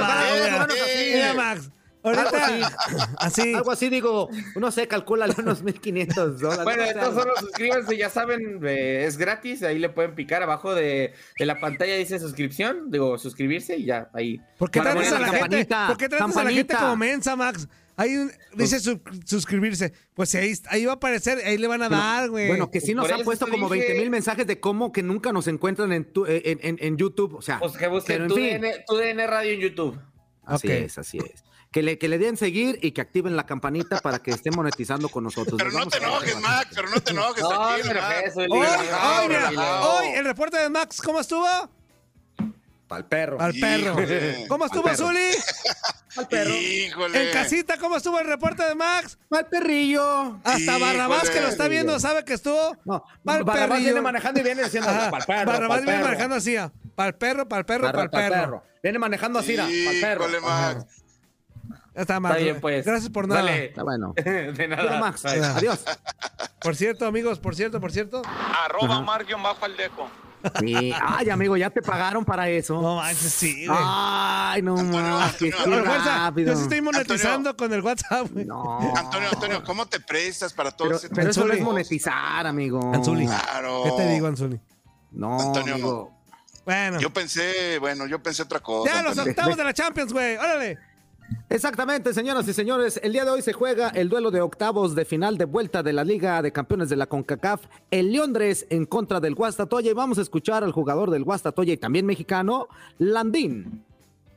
Speaker 3: Ah,
Speaker 6: Mac.
Speaker 3: Max.
Speaker 6: Espérate.
Speaker 7: Eh,
Speaker 3: Mira, Max. Ahorita, así.
Speaker 5: Algo así, digo, no sé, calcúlale unos 1500 dólares.
Speaker 7: Bueno,
Speaker 5: no sé,
Speaker 7: de todos
Speaker 5: algo.
Speaker 7: formas, suscríbanse, ya saben, eh, es gratis, ahí le pueden picar abajo de, de la pantalla, dice suscripción, digo, suscribirse y ya, ahí.
Speaker 3: ¿Por qué
Speaker 7: Para
Speaker 3: tratas a
Speaker 7: poner
Speaker 3: la
Speaker 7: la
Speaker 3: gente?
Speaker 5: campanita,
Speaker 3: ¿Por qué tratas a la gente
Speaker 5: campanita.
Speaker 3: como mensa, Max? Ahí un- dice su- suscribirse. Pues ahí, ahí va a aparecer, ahí le van a dar, güey.
Speaker 5: Bueno, que sí nos han puesto como 20 mil
Speaker 3: mensajes.
Speaker 5: mensajes de cómo que nunca nos encuentran en, tu- eh, en, en- en YouTube. O sea,
Speaker 7: Pues que busquen
Speaker 5: pero en
Speaker 7: tu,
Speaker 5: fin.
Speaker 7: DN, tu DN Radio en YouTube.
Speaker 5: Así
Speaker 7: Ok.
Speaker 5: es, así es. Que le, que le den seguir y que activen la campanita para que estén monetizando con nosotros. Nos vamos a-
Speaker 6: Max, pero no te enojes.
Speaker 7: No,
Speaker 6: tranquilo,
Speaker 7: pero
Speaker 6: Max.
Speaker 7: eso, el
Speaker 3: Hoy,
Speaker 7: relajado,
Speaker 3: hoy, mira,
Speaker 7: relajado.
Speaker 3: hoy el reporte de Max, ¿cómo estuvo?
Speaker 5: Pa'l perro.
Speaker 3: Al perro.
Speaker 5: Híjole.
Speaker 3: ¿Cómo
Speaker 5: Pa'l
Speaker 3: estuvo,
Speaker 5: perro.
Speaker 3: Zuli?
Speaker 5: Al perro.
Speaker 6: Híjole.
Speaker 3: En casita, ¿cómo estuvo el reporte de Max?
Speaker 5: Mal perrillo.
Speaker 3: Hasta
Speaker 6: Híjole.
Speaker 3: Barrabás, que lo está viendo, sabe que estuvo.
Speaker 5: No,
Speaker 3: Pal
Speaker 5: Barrabás
Speaker 3: perrillo.
Speaker 5: viene manejando y viene diciendo,
Speaker 3: Ajá,
Speaker 5: "Pa'l perro,
Speaker 3: Barrabás
Speaker 5: pa'l
Speaker 3: viene
Speaker 5: perro".
Speaker 3: manejando así, para el perro, para el perro, para
Speaker 5: Barra-
Speaker 3: el
Speaker 5: pa'l
Speaker 3: perro.
Speaker 5: perro. Viene manejando así, mira, pa'l perro.
Speaker 6: Híjole,
Speaker 5: Ajá.
Speaker 6: Max.
Speaker 3: Ya está, Max.
Speaker 7: Está bien, pues.
Speaker 3: Gracias por nada.
Speaker 7: Dale.
Speaker 5: Está bueno.
Speaker 7: De nada.
Speaker 5: Bueno, Max,
Speaker 7: Bye.
Speaker 5: adiós.
Speaker 3: Por cierto, amigos, por cierto, por cierto.
Speaker 5: Ajá.
Speaker 10: Arroba Margion bajo al deco.
Speaker 5: Sí. Ay, amigo, ya te pagaron para eso.
Speaker 3: No manches, sí, güey.
Speaker 5: Ay, no más, que sí,
Speaker 3: Pero, fuerza,
Speaker 5: rápido.
Speaker 3: yo sí estoy monetizando con el WhatsApp, güey.
Speaker 5: No.
Speaker 6: Antonio, Antonio, ¿cómo te prestas para todo
Speaker 5: Pero,
Speaker 6: ese
Speaker 5: pero eso no es
Speaker 3: Anzuli.
Speaker 5: monetizar, amigo.
Speaker 3: Anzuli.
Speaker 6: Claro.
Speaker 3: ¿Qué te digo, Anzuli?
Speaker 5: No,
Speaker 6: Antonio,
Speaker 5: amigo.
Speaker 3: Bueno,
Speaker 6: Yo pensé, bueno, yo pensé otra cosa.
Speaker 3: ya los
Speaker 6: Antonio.
Speaker 3: octavos de la Champions, güey. Órale.
Speaker 5: Este, Exactamente, señoras y señores. El día de hoy se juega el duelo de octavos de final de vuelta de la Liga de Campeones de la CONCACAF. El Londres en contra del Guastatoya. Y vamos a escuchar al jugador del Guastatoya y también mexicano, Landín.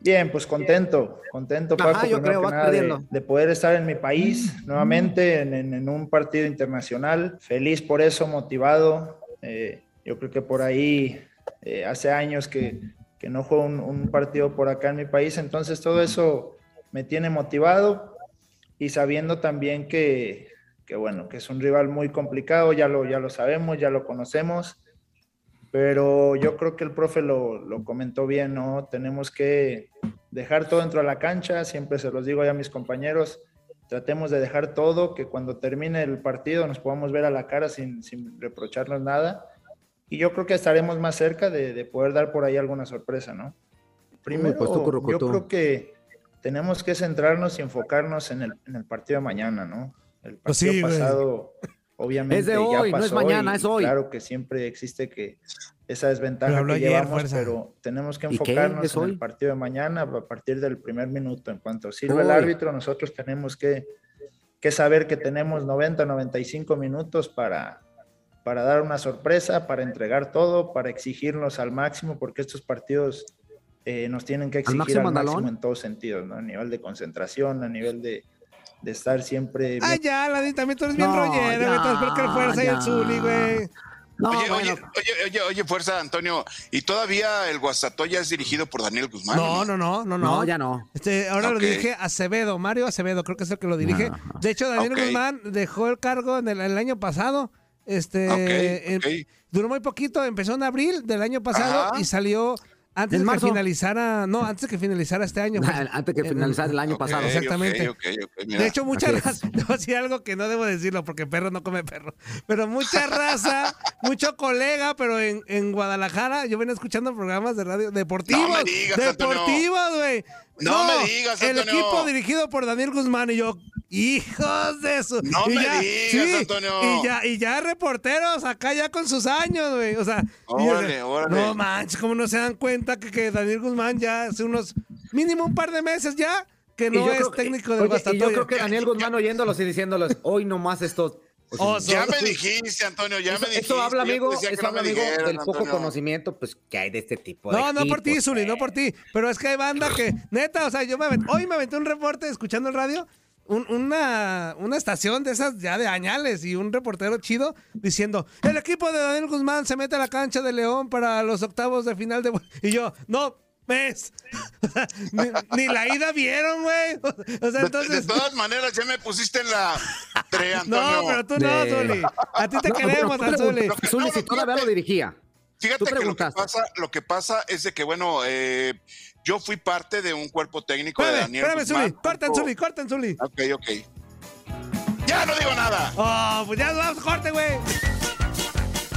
Speaker 11: Bien, pues contento, contento
Speaker 5: Ajá,
Speaker 11: Paco,
Speaker 5: yo creo,
Speaker 11: primero que
Speaker 5: vas
Speaker 11: nada, de,
Speaker 5: perdiendo.
Speaker 11: de poder estar en mi país nuevamente en, en- en un partido internacional. Feliz por eso, motivado. Eh, yo creo que por ahí eh, hace años que, que no juego un, un partido por acá en mi país, entonces todo eso me tiene motivado y sabiendo también que, que bueno, que es un rival muy complicado, ya lo, ya lo sabemos, ya lo conocemos pero yo creo que el profe lo, lo comentó bien, ¿no? Tenemos que dejar todo dentro de la cancha, siempre se los digo ya a mis compañeros, tratemos de dejar todo, que cuando termine el partido nos podamos ver a la cara sin, sin reprocharnos nada, y yo creo que estaremos más cerca de, de poder dar por ahí alguna sorpresa, ¿no? Primero,
Speaker 5: pues, tú,
Speaker 11: yo
Speaker 5: Corrocotó.
Speaker 11: creo que tenemos que centrarnos y enfocarnos en el, en el partido de mañana, ¿no? El
Speaker 3: Pues
Speaker 11: partido
Speaker 3: sí, güey.
Speaker 11: pasado, obviamente,
Speaker 5: Es de
Speaker 11: ya
Speaker 5: hoy, no es
Speaker 11: pasó
Speaker 5: mañana,
Speaker 11: y-
Speaker 5: es hoy.
Speaker 11: y Claro que siempre existe que esa
Speaker 3: Pero
Speaker 11: desventaja
Speaker 3: habló
Speaker 11: que
Speaker 3: ayer,
Speaker 11: llevamos,
Speaker 3: fuerza.
Speaker 11: pero tenemos que
Speaker 5: ¿Y qué?
Speaker 11: enfocarnos
Speaker 5: ¿Es
Speaker 11: en
Speaker 5: hoy?
Speaker 11: el partido de mañana a partir del primer minuto. En cuanto sirve el
Speaker 5: Hoy.
Speaker 11: árbitro, nosotros tenemos que, que saber que tenemos 90, 95 minutos para, para dar una sorpresa, para entregar todo, para exigirnos al máximo, porque estos partidos eh, nos tienen que exigir al
Speaker 5: máximo,
Speaker 11: máximo,
Speaker 5: Andalón?
Speaker 11: en todos sentidos, ¿no? A nivel de concentración, a nivel de, de estar siempre... bien
Speaker 3: Ay, ya, Landín, también tú eres bien
Speaker 5: No,
Speaker 3: rollero, güey. Tú eres peor que el
Speaker 5: ya,
Speaker 3: fuerza y
Speaker 5: ya.
Speaker 3: el Zuli, güey.
Speaker 5: No,
Speaker 6: Oye,
Speaker 5: bueno,
Speaker 6: oye, oye, oye, oye, fuerza, Antonio. Y todavía el Guastatoya es dirigido por Daniel Guzmán.
Speaker 3: No, no, no, no, no.
Speaker 5: Pues no, ya no.
Speaker 3: Este, ahora
Speaker 6: Ok.
Speaker 3: lo dirige Acevedo, Mario Acevedo, creo que es el que lo dirige.
Speaker 5: Ajá.
Speaker 3: De hecho, Daniel
Speaker 6: Ok.
Speaker 3: Guzmán dejó el cargo en el, el año pasado. Este
Speaker 6: Ok,
Speaker 3: en-
Speaker 6: ok.
Speaker 3: duró muy poquito, empezó en abril del año pasado
Speaker 6: Ajá.
Speaker 3: y salió antes
Speaker 5: En
Speaker 3: de que
Speaker 5: marzo.
Speaker 3: finalizara, no, antes de que finalizara este año. pues.
Speaker 5: Antes que
Speaker 3: En-
Speaker 5: finalizar el año
Speaker 6: Ok,
Speaker 5: pasado.
Speaker 6: ok,
Speaker 3: Exactamente.
Speaker 6: ok, ok, mira.
Speaker 3: De hecho, mucha
Speaker 5: Así es.
Speaker 3: raza, te voy a decir algo que no debo decirlo porque perro no come perro, pero mucha raza, mucho colega, pero en, en Guadalajara yo venía escuchando programas de radio deportivos,
Speaker 6: No me digas, Antonio.
Speaker 3: deportivos, güey.
Speaker 6: No me digas,
Speaker 3: El
Speaker 6: Antonio.
Speaker 3: equipo dirigido por Daniel Guzmán y yo, hijos de eso.
Speaker 6: No me digas, Antonio.
Speaker 3: Y ya, y ya reporteros acá ya con sus años, güey. O sea, y yo
Speaker 6: Órale,
Speaker 3: decía,
Speaker 6: órale.
Speaker 3: no manches, como no se dan cuenta que, que Daniel Guzmán ya hace unos mínimo un par de meses ya que
Speaker 5: Y yo
Speaker 3: no
Speaker 5: creo
Speaker 3: es
Speaker 5: que-
Speaker 3: técnico
Speaker 5: oye,
Speaker 3: del
Speaker 5: y Yo creo
Speaker 3: Guastatoya.
Speaker 5: que Daniel Guzmán oyéndolos y diciéndolos, hoy nomás estos. o sea,
Speaker 3: Oh, sí.
Speaker 6: Ya me dijiste, Antonio, ya
Speaker 5: eso,
Speaker 6: me dijiste.
Speaker 5: eso habla,
Speaker 6: Yo
Speaker 5: amigo,
Speaker 6: decía que
Speaker 5: eso
Speaker 6: no
Speaker 5: habla,
Speaker 6: me
Speaker 5: amigo,
Speaker 6: dijeron,
Speaker 5: del poco
Speaker 6: Antonio.
Speaker 5: conocimiento pues, que hay de este tipo de
Speaker 3: No, no por ti,
Speaker 5: equipos,
Speaker 3: Zuli, no
Speaker 5: eh.
Speaker 3: por ti. Pero es que hay banda que, neta, o sea, yo me aventé- hoy me aventé un reporte escuchando el radio, un- una, una estación de esas ya de añales y un reportero chido diciendo, el equipo de Daniel Guzmán se mete a la cancha de León para los octavos de final de... vu-". Y yo, no. ¿Ves? O sea, ni, ni la ida vieron, güey. O sea,
Speaker 6: De- De,
Speaker 3: entonces.
Speaker 6: todas maneras, ya me pusiste en la tre, Antonio.
Speaker 3: No, pero tú no,
Speaker 5: De-
Speaker 3: Zuli. A ti te
Speaker 5: No,
Speaker 3: queremos,
Speaker 5: bueno, tú
Speaker 3: Anzuli.
Speaker 5: preguntas, Zuli, si todavía lo dirigía.
Speaker 6: Fíjate
Speaker 5: Tú
Speaker 6: que lo que,
Speaker 5: preguntaste.
Speaker 6: pasa, lo que pasa es de que, bueno, eh, yo fui parte de un cuerpo técnico de
Speaker 3: Espérame,
Speaker 6: Daniel
Speaker 3: espérame,
Speaker 6: Guzmán.
Speaker 3: Zuli. Cortan, Zuli, cortan, Zuli.
Speaker 6: Ok, ok. ¡Ya no digo nada!
Speaker 3: Oh, pues ya nos vamos, corte, güey.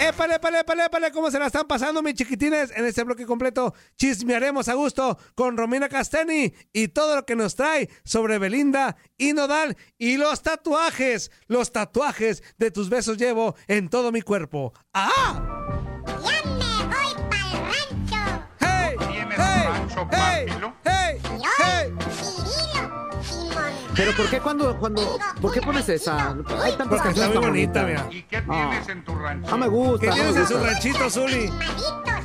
Speaker 3: ¡Épale, épale, épale, épale! ¿Cómo se la están pasando, mis chiquitines? En este bloque completo chismearemos a gusto con Romina Castani y todo lo que nos trae sobre Belinda y Nodal y los tatuajes. Los tatuajes de tus besos llevo en todo mi cuerpo. ¡Ah! ¡Hey!
Speaker 5: ¡Hey! ¡Hey! ¡Hey! Pero ¿por qué cuando, cuando, por qué pones esa? Hay tantas
Speaker 3: Porque está
Speaker 5: canciones
Speaker 3: muy
Speaker 5: tan
Speaker 3: bonita,
Speaker 5: bonitas.
Speaker 3: mira.
Speaker 5: tienes
Speaker 10: en tu rancho?
Speaker 5: No me gusta.
Speaker 3: ¿Qué
Speaker 5: no me
Speaker 3: tienes en su
Speaker 5: gusta.
Speaker 3: ranchito, Zuli?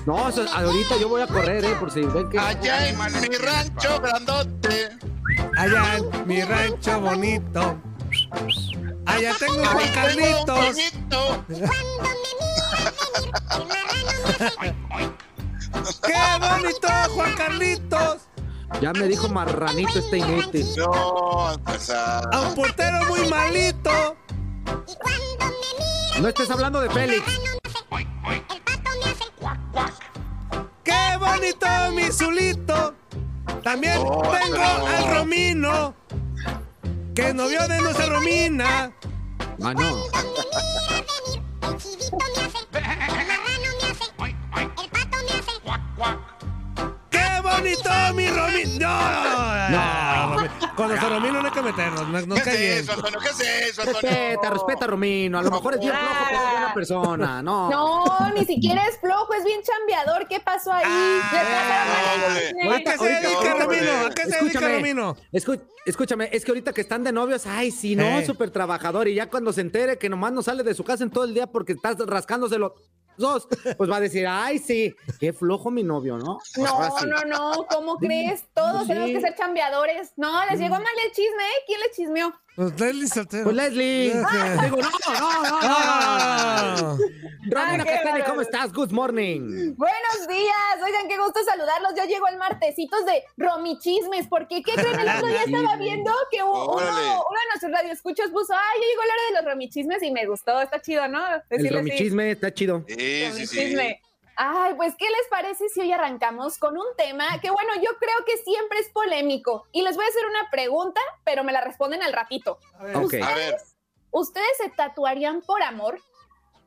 Speaker 5: No, eso- ahorita yo voy a correr, eh, por si ven que.
Speaker 6: Allá en mi rancho grandote.
Speaker 3: Allá en mi rancho bonito. Allá tengo un Juan
Speaker 6: ahí tengo un
Speaker 3: Carlitos.
Speaker 6: pueblito.
Speaker 3: ¡Qué bonito, Juan Carlitos!
Speaker 5: Ya me dijo marranito este inútil.
Speaker 6: No, pues ah,
Speaker 3: A un portero muy malito.
Speaker 5: No estés hablando de Félix.
Speaker 3: ¡Qué bonito mi Zulito! También
Speaker 6: No,
Speaker 3: tengo
Speaker 6: no.
Speaker 3: al Romino, que es novio de nuestra Romina.
Speaker 5: Ah, no.
Speaker 3: ¡Qué bonito mi Romino! No, Ah, no, Romi- Con nuestro Romino no hay que meternos, no, no
Speaker 6: ¿Qué
Speaker 3: cae
Speaker 6: es
Speaker 3: bien.
Speaker 6: eso, Antonio? ¿Qué es eso,
Speaker 5: Respeta,
Speaker 6: Antonio?
Speaker 5: respeta, Romino. A lo mejor es bien flojo, pero es buena persona. No.
Speaker 12: No, ni siquiera es flojo, es bien chambeador. ¿qué pasó ahí?
Speaker 6: Ah.
Speaker 12: Ya pasaron varias
Speaker 6: hombre.
Speaker 12: veces.
Speaker 3: ¿A qué se dedica Romino? ¿A qué se dedica
Speaker 5: Escúchame,
Speaker 3: Romino?
Speaker 5: escu- escúchame, es que ahorita que están de novios, ay, si no,
Speaker 3: Eh.
Speaker 5: súper trabajador. Y ya cuando se entere que nomás no sale de su casa en todo el día porque estás rascándose los dos, pues va a decir, ay, sí, qué flojo mi novio, ¿no?
Speaker 6: Pues
Speaker 5: Ahora
Speaker 12: No,
Speaker 5: sí.
Speaker 12: no, no, ¿cómo crees? Todos
Speaker 5: Pues
Speaker 12: tenemos
Speaker 5: sí.
Speaker 12: que ser chambeadores. No, les llegó mal el chisme, ¿eh? ¿Quién les chismeó?
Speaker 3: Pues Leslie soltero.
Speaker 5: Pues Leslie,
Speaker 3: Ah.
Speaker 5: digo, no, no, no, no, no, no.
Speaker 3: Ah.
Speaker 5: Romina
Speaker 12: Ah, qué
Speaker 5: Castaña, ¿cómo
Speaker 12: bárbaro.
Speaker 5: estás? Good morning.
Speaker 12: Buenos días, oigan, qué gusto saludarlos. Ya llegó el martesitos de Romichismes, porque ¿qué creen? El otro día estaba viendo que u- uno, uno
Speaker 5: Órale.
Speaker 12: de nuestros radioescuchos puso, ay, ya llegó la hora de los Romichismes y me gustó, está chido, ¿no?
Speaker 5: El
Speaker 12: Decirle así,
Speaker 5: romichisme está chido.
Speaker 6: Sí, sí, sí.
Speaker 12: Romichisme. Ay, pues, ¿qué les parece si hoy arrancamos con un tema que, bueno, yo creo que siempre es polémico? Y les voy a hacer una pregunta, pero me la responden al ratito.
Speaker 5: Ok.
Speaker 6: A ver,
Speaker 12: ¿Ustedes se tatuarían por amor?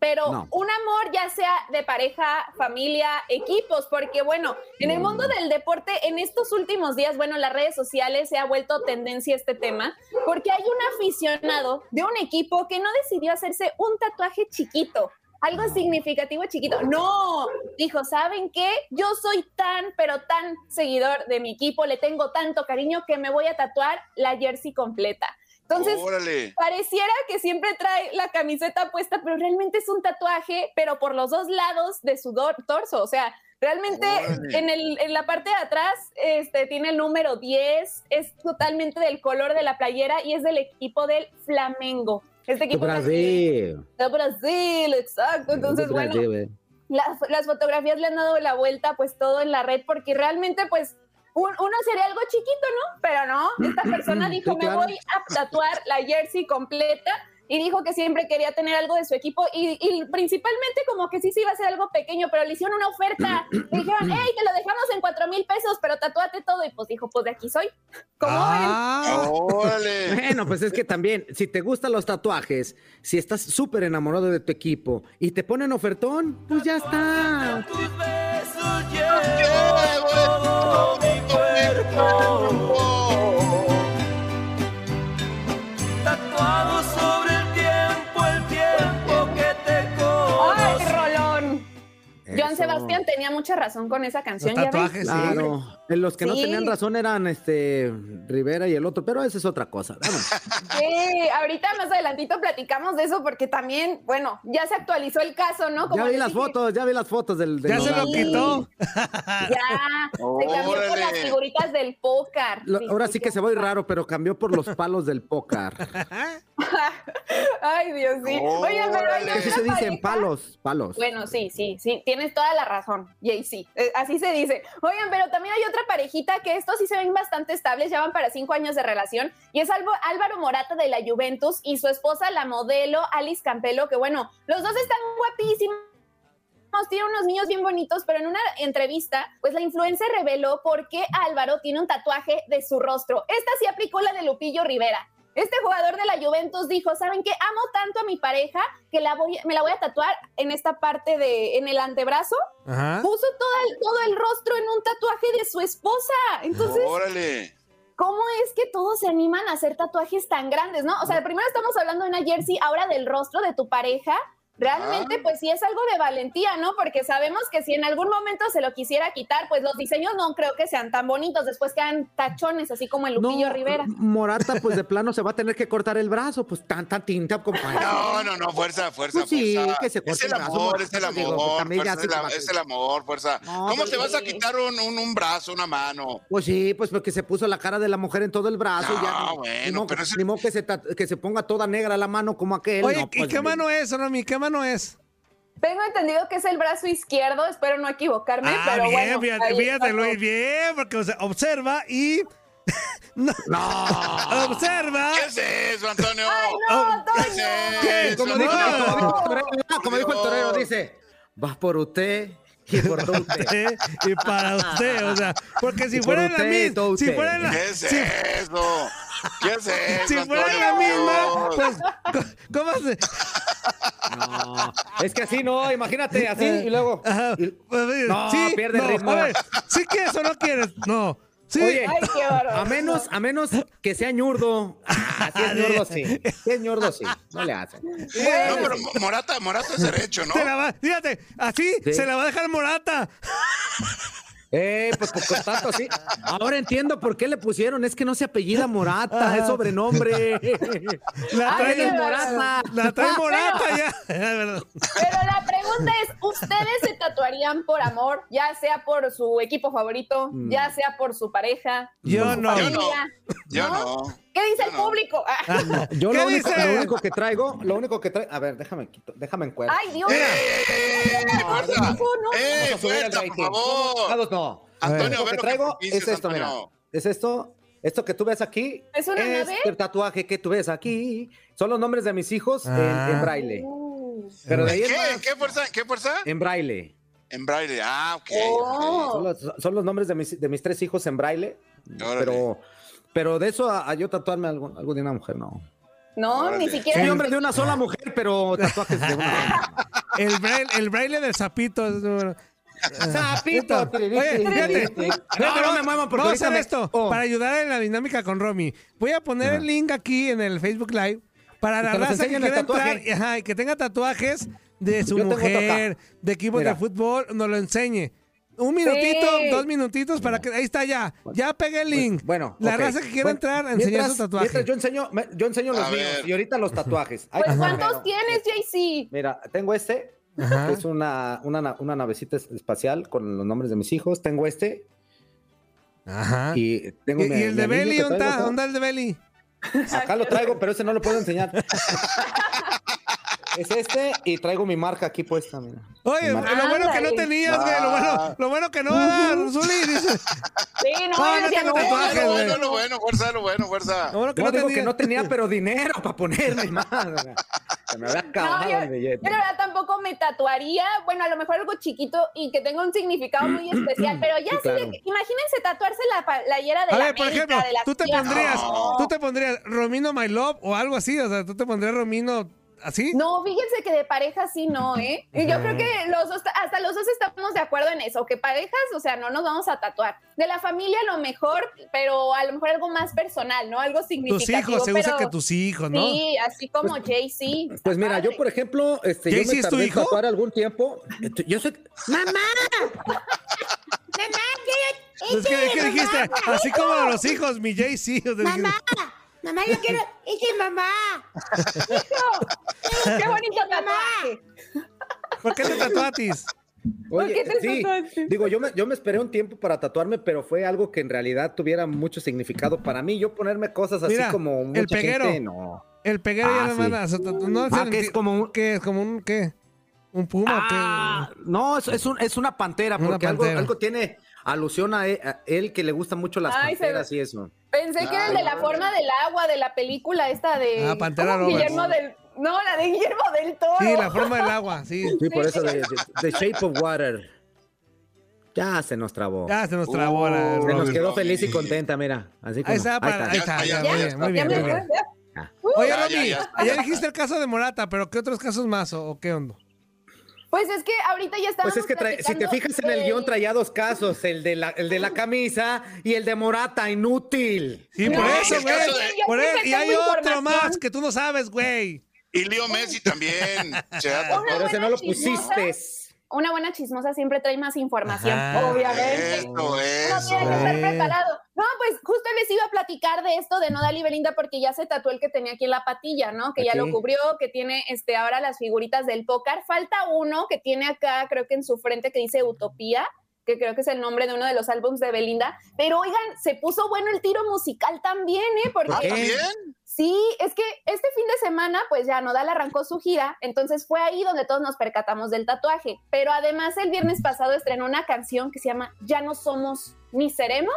Speaker 12: Pero
Speaker 5: No.
Speaker 12: un amor ya sea de pareja, familia, equipos, porque bueno, en el mundo del deporte, en estos últimos días, bueno, las redes sociales se ha vuelto tendencia este tema, porque hay un aficionado de un equipo que no decidió hacerse un tatuaje chiquito, algo significativo chiquito. No, dijo, ¿saben qué? Yo soy tan, pero tan seguidor de mi equipo, le tengo tanto cariño que me voy a tatuar la jersey completa. Entonces,
Speaker 6: órale.
Speaker 12: Pareciera que siempre trae la camiseta puesta, pero realmente es un tatuaje, pero por los dos lados de su dor- torso. O sea, realmente
Speaker 6: Órale.
Speaker 12: en, el, en la parte de atrás este, tiene el número 10, es totalmente del color de la playera y es del equipo del Flamengo. Este equipo brasileño.
Speaker 5: Brasil.
Speaker 12: de Brasil, exacto. Entonces, bueno,
Speaker 5: Brasil, eh.
Speaker 12: las, las fotografías le han dado la vuelta pues todo en la red porque realmente pues un- uno sería algo chiquito, ¿no? Pero no, esta persona dijo
Speaker 5: Sí,
Speaker 12: me
Speaker 5: claro.
Speaker 12: voy a tatuar la jersey completa y dijo que siempre quería tener algo de su equipo y, y principalmente como que sí se iba a hacer algo pequeño, pero le hicieron una oferta, le dijeron, hey, te lo dejamos en cuatro mil pesos, pero tatúate todo y pues dijo, pues de aquí soy. ¿Cómo
Speaker 3: Ah.
Speaker 6: Órale.
Speaker 5: Bueno, pues es que también, si te gustan los tatuajes, si estás súper enamorado de tu equipo y te ponen ofertón, pues ya está.
Speaker 6: Llevo todo mi cuerpo.
Speaker 4: Tatuado sobre el tiempo, el tiempo que te
Speaker 12: ven? ¡Ay, rolón! Joan
Speaker 5: Eso.
Speaker 12: Sebastián tenía mucha razón con esa canción. ¿ya ven?
Speaker 3: tatuajes, sí.
Speaker 5: Claro. En Los que no
Speaker 12: Sí.
Speaker 5: tenían razón eran este Rivera y el otro, pero esa es otra cosa. Vamos.
Speaker 12: Sí, ahorita más adelantito platicamos de eso porque también, bueno, ya se actualizó el caso, ¿no?
Speaker 5: Ya vi
Speaker 12: les
Speaker 5: las
Speaker 12: dije,
Speaker 5: fotos, ya vi las fotos del. del
Speaker 3: Ya se lo
Speaker 5: Nodal.
Speaker 3: quitó.
Speaker 12: Ya, se cambió por las
Speaker 6: Órale.
Speaker 12: figuritas del póker.
Speaker 5: Lo- ahora sí que se va a ir raro, pero cambió por los palos del pócar.
Speaker 12: Ay, Dios mío. Oye, pero hay
Speaker 5: Eso
Speaker 12: una
Speaker 5: se dicen
Speaker 12: pareja-
Speaker 5: palos, palos.
Speaker 12: Bueno, sí, sí, sí, tienes toda la razón, Jay, sí, eh, así se dice. Oigan, pero también hay otra parejita que estos sí se ven bastante estables, ya van para cinco años de relación, y es Albo- Álvaro Morata de la Juventus y su esposa, la modelo Alice Campelo, que bueno, los dos están guapísimos. Tiene unos niños bien bonitos, pero en una entrevista, pues la influencer reveló por qué Álvaro tiene un tatuaje de su rostro. Esta sí aplicó la de Lupillo Rivera. Este jugador de la Juventus dijo, ¿saben qué? Amo tanto a mi pareja que la voy, me la voy a tatuar en esta parte de, en el antebrazo.
Speaker 3: Ajá.
Speaker 12: Puso todo el, todo el rostro en un tatuaje de su esposa. Entonces,
Speaker 6: Órale.
Speaker 12: ¿cómo es que todos se animan a hacer tatuajes tan grandes, no? O sea, primero estamos hablando de una jersey, ahora del rostro de tu pareja.
Speaker 3: Ah.
Speaker 12: Realmente, pues sí es algo de valentía, ¿no? Porque sabemos que si en algún momento se lo quisiera quitar, pues los diseños no creo que sean tan bonitos. Después quedan tachones, así como el Lupillo Rivera.
Speaker 5: Morata, pues de plano se va a tener que cortar el brazo, pues tanta tinta, compadre.
Speaker 6: No, no, no, fuerza, fuerza,
Speaker 5: Pues sí,
Speaker 6: fuerza.
Speaker 5: que se
Speaker 6: es
Speaker 5: corte
Speaker 6: el
Speaker 5: el brazo,
Speaker 6: amor,
Speaker 5: Morata,
Speaker 6: es el amor,
Speaker 5: digo, pues, también ya
Speaker 6: fuerza,
Speaker 5: sí
Speaker 6: es, la-
Speaker 5: te
Speaker 6: es el amor, fuerza.
Speaker 5: No,
Speaker 6: ¿Cómo
Speaker 5: pues
Speaker 6: te vas a
Speaker 5: sí.
Speaker 6: quitar un, un, un brazo, una mano?
Speaker 5: Pues sí, pues porque se puso la cara de la mujer en todo el brazo. y ya,
Speaker 6: No,
Speaker 5: ni-
Speaker 6: bueno,
Speaker 5: ni modo,
Speaker 6: pero
Speaker 5: ni modo que, se tat- que se ponga toda negra la mano como aquel.
Speaker 3: Oye,
Speaker 5: no,
Speaker 3: ¿y
Speaker 5: pues,
Speaker 3: qué mano es, Romy? ¿Qué mano es?
Speaker 12: Tengo entendido que es el brazo izquierdo, espero no equivocarme,
Speaker 3: Ah,
Speaker 12: pero
Speaker 3: bien,
Speaker 12: bueno.
Speaker 3: fíjate,
Speaker 12: ahí
Speaker 3: fíjate,
Speaker 12: está.
Speaker 3: Luis, bien, porque o sea, observa y... no. observa.
Speaker 6: ¿Qué es eso, Antonio?
Speaker 12: no,
Speaker 6: ¿Qué es eso?
Speaker 3: ¿Qué?
Speaker 5: Como dijo, como dijo el torero, ah, como dijo el torero, dice, vas por usted y por todo usted.
Speaker 3: y para usted, o sea, porque si
Speaker 5: Y por
Speaker 3: fuera la
Speaker 5: usted,
Speaker 3: misma,
Speaker 5: todo
Speaker 3: si
Speaker 5: usted.
Speaker 3: fuera la,
Speaker 6: ¿Qué es
Speaker 3: si-
Speaker 6: eso? ¿Qué es eso,
Speaker 3: si fuera
Speaker 6: Antonio,
Speaker 3: la
Speaker 6: por
Speaker 3: misma,
Speaker 6: Dios?
Speaker 3: pues, co- ¿cómo se?
Speaker 5: No, es que así no, imagínate, así y luego.
Speaker 3: Eh, Ajá, pues,
Speaker 5: No, pierde
Speaker 3: no,
Speaker 5: ritmo.
Speaker 3: A ver, ¿sí quieres o no quieres? No. Sí.
Speaker 5: Oye,
Speaker 12: Ay, qué bárbaro.
Speaker 5: a menos, a menos que sea ñurdo. Ah, si es ñurdo, sí. Si es ñurdo, sí. No le hacen.
Speaker 6: No, pero Mo- Morata, Morata es derecho, ¿no?
Speaker 3: Se la va, fíjate, así
Speaker 5: Sí.
Speaker 3: se la va a dejar Morata.
Speaker 5: Eh, pues por por tanto sí. Ahora entiendo por qué le pusieron. Es que no se apellida Morata, es sobrenombre.
Speaker 3: Ah. La
Speaker 5: Ay,
Speaker 3: trae
Speaker 5: eres Morata.
Speaker 3: La trae
Speaker 5: Ah,
Speaker 3: Morata
Speaker 12: bueno.
Speaker 3: ya. Es verdad.
Speaker 12: Pero la pregunta es, ¿ustedes se tatuarían por amor? Ya sea por su equipo favorito, ya sea por su pareja.
Speaker 3: Mm. Yo no.
Speaker 6: Yo no.
Speaker 12: Ya.
Speaker 6: Yo no.
Speaker 12: ¿Qué dice el público? Ah,
Speaker 5: Yo
Speaker 3: ¿Qué
Speaker 5: lo único,
Speaker 3: dice?
Speaker 5: lo único que traigo, lo único que traigo. A ver, déjame, quito- déjame en cuerda.
Speaker 12: Ay, Dios.
Speaker 6: fuerza! ¡Eh,
Speaker 5: Vamos a subir el
Speaker 6: fuerza, por
Speaker 5: rating.
Speaker 6: favor!
Speaker 5: Lados no.
Speaker 6: Antonio,
Speaker 5: Lo
Speaker 6: ve
Speaker 5: que
Speaker 6: lo que
Speaker 5: traigo
Speaker 6: dices,
Speaker 5: es esto, mira.
Speaker 6: Antonio.
Speaker 5: Es esto. Esto que tú ves aquí
Speaker 12: ¿Es una nave?
Speaker 5: el tatuaje que tú ves aquí. Son los nombres de mis hijos en-
Speaker 3: Ah.
Speaker 5: en, braille.
Speaker 12: Uh,
Speaker 5: Pero de ahí
Speaker 6: ¿Qué?
Speaker 5: es más,
Speaker 6: ¿Qué fuerza? ¿Qué fuerza?
Speaker 5: en braille.
Speaker 6: En braille. Ah, ok.
Speaker 12: oh.
Speaker 5: Son los, son los nombres de mis, de mis tres hijos en braille.
Speaker 6: Órale.
Speaker 5: Pero, pero de eso a, a yo tatuarme algo, algo de una mujer, no.
Speaker 12: No, ni siquiera.
Speaker 5: Soy hombre de una sola mujer, pero tatuajes de una.
Speaker 3: El braille, el braille del sapito. es número-
Speaker 5: Zapito, tiririrí,
Speaker 3: Oye,
Speaker 5: tiririrí.
Speaker 3: fíjate.
Speaker 5: No, no me muevan porque
Speaker 3: Vamos a
Speaker 5: ahorita
Speaker 3: hacer
Speaker 5: me-
Speaker 3: esto
Speaker 5: Oh.
Speaker 3: para ayudar en la dinámica con Romy. Voy a poner el link aquí en el Facebook Live para
Speaker 5: Ah. Y
Speaker 3: la
Speaker 5: que nos
Speaker 3: raza que
Speaker 5: enseñen el
Speaker 3: quiera entrar
Speaker 5: tatuaje.
Speaker 3: y ajá, y que tenga tatuajes de su
Speaker 5: Yo tengo otro acá.
Speaker 3: mujer, de equipos de
Speaker 5: Mira.
Speaker 3: fútbol, nos lo enseñe. Un minutito,
Speaker 12: Sí.
Speaker 3: dos minutitos para que. Ahí está ya. Ya pegué el link.
Speaker 5: Bueno,
Speaker 3: la
Speaker 5: ok.
Speaker 3: raza que quiera
Speaker 5: Bueno,
Speaker 3: entrar, enseñar
Speaker 5: mientras-
Speaker 3: su tatuaje.
Speaker 5: mientras yo enseño, me- yo enseño
Speaker 6: A
Speaker 5: los míos
Speaker 6: ver.
Speaker 5: y ahorita los tatuajes. Ahí
Speaker 12: Pues,
Speaker 5: está primero.
Speaker 12: ¿cuántos tienes, JC?
Speaker 5: Mira, tengo este,
Speaker 3: Ajá.
Speaker 5: que es una, una, na- una navecita es- espacial con los nombres de mis hijos. Tengo este
Speaker 3: Ajá. Y,
Speaker 5: y tengo mi-
Speaker 3: y el
Speaker 5: mi
Speaker 3: de
Speaker 5: anillo
Speaker 3: Belly,
Speaker 5: que
Speaker 3: ¿dónde
Speaker 5: traigo
Speaker 3: está?
Speaker 5: acá.
Speaker 3: ¿Dónde está el de Belly?
Speaker 5: Acá lo traigo, pero ese no lo puedo enseñar. es este y traigo mi marca aquí puesta, mira.
Speaker 3: Oye,
Speaker 5: Mi
Speaker 3: lo
Speaker 5: marca.
Speaker 3: bueno que no
Speaker 12: Ándale.
Speaker 3: tenías, güey. Lo
Speaker 5: Ah.
Speaker 3: bueno, lo bueno que no, ¿verdad, Zuli? Dice.
Speaker 12: Sí,
Speaker 3: No,
Speaker 12: no, yo
Speaker 3: no
Speaker 12: decía,
Speaker 3: tengo
Speaker 12: no,
Speaker 3: tatuajes,
Speaker 6: Lo
Speaker 12: no,
Speaker 3: güey.
Speaker 6: bueno, lo bueno, fuerza, lo bueno, fuerza.
Speaker 3: Lo bueno que
Speaker 5: No
Speaker 3: no,
Speaker 5: digo
Speaker 3: tenías.
Speaker 5: que no tenía, pero dinero para ponerme, mano. o sea, Se me había acabado
Speaker 12: No, yo,
Speaker 5: el
Speaker 12: yo
Speaker 5: billete.
Speaker 12: la verdad tampoco me tatuaría, bueno, a lo mejor algo chiquito y que tenga un significado muy especial, pero
Speaker 5: Sí,
Speaker 12: ya sí,
Speaker 5: claro.
Speaker 12: de- imagínense tatuarse la playera de
Speaker 3: Mm, A
Speaker 12: la
Speaker 3: ver, por
Speaker 12: América,
Speaker 3: ejemplo,
Speaker 12: de la
Speaker 3: tú te
Speaker 12: Chivas.
Speaker 3: pondrías,
Speaker 12: No.
Speaker 3: tú te pondrías Romino My Love o algo así, o sea, tú te pondrías Romino así.
Speaker 12: No, fíjense que de pareja sí no, ¿eh? Y yo creo que los dos, hasta los dos estamos de acuerdo en eso, que parejas, o sea, no nos vamos a tatuar. De la familia a lo mejor, pero a lo mejor algo más personal, ¿no? Algo
Speaker 3: tus
Speaker 12: significativo.
Speaker 3: hijos, se usa
Speaker 12: pero
Speaker 3: que tus hijos, ¿no?
Speaker 12: Sí, así como Jay-Z. está
Speaker 5: Pues mira, yo
Speaker 12: padre.
Speaker 5: por ejemplo, este, yo
Speaker 3: ¿Jay-Z
Speaker 5: me
Speaker 3: es tu
Speaker 5: tardé en
Speaker 3: hijo?
Speaker 5: tatuar algún tiempo. Yo soy mamá.
Speaker 3: es que, ¿qué dijiste? Así como a los hijos, mi Jay sí. o sea,
Speaker 13: Mamá, yo quiero. Es que mamá.
Speaker 12: ¡Hijo! ¡Qué bonito tatuaje!
Speaker 3: ¿Por qué te tatuatis?
Speaker 12: ¿Por qué te
Speaker 5: sí,
Speaker 12: tatuaste?
Speaker 5: digo, yo me, yo me esperé un tiempo para tatuarme, pero fue algo que en realidad tuviera mucho significado para mí. Yo ponerme cosas así
Speaker 3: Mira,
Speaker 5: como
Speaker 3: el
Speaker 5: mucha
Speaker 3: peguero.
Speaker 5: gente, no.
Speaker 3: El peguero
Speaker 5: Ah,
Speaker 3: ya le
Speaker 5: sí.
Speaker 3: manda. a su tatu- No,
Speaker 5: Ah, que es
Speaker 3: como un. ¿Qué? ¿Es como un qué? ¿Un puma? o qué?
Speaker 5: Ah, No, es, es un- es una pantera,
Speaker 3: Una
Speaker 5: porque algo-
Speaker 3: pantera.
Speaker 5: Algo, tiene alusión a e- a él, que le gustan mucho las
Speaker 12: Ay, se
Speaker 5: panteras y eso.
Speaker 12: Pensé que era el de la forma del agua de la película esta de
Speaker 5: Ah, Pantera
Speaker 12: ¿cómo?
Speaker 5: Roberts.
Speaker 12: Guillermo del No, la de Guillermo del Toro.
Speaker 3: Sí, la forma del agua, sí.
Speaker 5: Sí, por eso de, de- The Shape of Water. Ya se nos trabó. Oh,
Speaker 3: Ya se nos trabó la-
Speaker 5: se nos
Speaker 3: Robert.
Speaker 5: quedó feliz y contenta, mira. Así como, Ah.
Speaker 3: Ahí está, para- ahí está, ya, muy bien, muy bien, muy bien. Oye,
Speaker 5: Ya,
Speaker 3: Romy,
Speaker 5: ya,
Speaker 3: ya, dijiste el caso de Morata, pero ¿qué otros casos más o, o qué onda?
Speaker 12: Pues es que ahorita ya estábamos
Speaker 5: Pues es que trae- si te
Speaker 12: platicando
Speaker 5: fijas en el
Speaker 12: del-
Speaker 5: guión traía dos casos, el de la, el de la camisa y el de Morata, inútil.
Speaker 3: Sí, por eso, güey. Por él, y hay otro más que tú no sabes, güey.
Speaker 6: Y Leo Messi también. se da
Speaker 12: Una
Speaker 6: por-
Speaker 12: buena chismosa- Una buena chismosa siempre trae más información,
Speaker 6: Ajá.
Speaker 12: obviamente.
Speaker 6: Eso, eh. eso.
Speaker 12: Uno tiene que estar preparado. No, pues justo les iba a platicar de esto de no y Belinda porque ya se tatuó el que tenía aquí en la patilla, ¿no? Que ya
Speaker 14: Aquí.
Speaker 12: lo cubrió, que tiene este ahora las figuritas del pócar. Falta uno que tiene acá, creo que en su frente que dice Utopía que creo que es el nombre de uno de los álbums de Belinda, pero oigan, se puso bueno el tiro musical también, ¿eh? Porque
Speaker 6: ¿Ah, también?
Speaker 12: Sí, es que este fin de semana, pues ya Nodal arrancó su gira, entonces fue ahí donde todos nos percatamos del tatuaje. Pero además, el viernes pasado estrenó una canción que se llama Ya no somos ni seremos.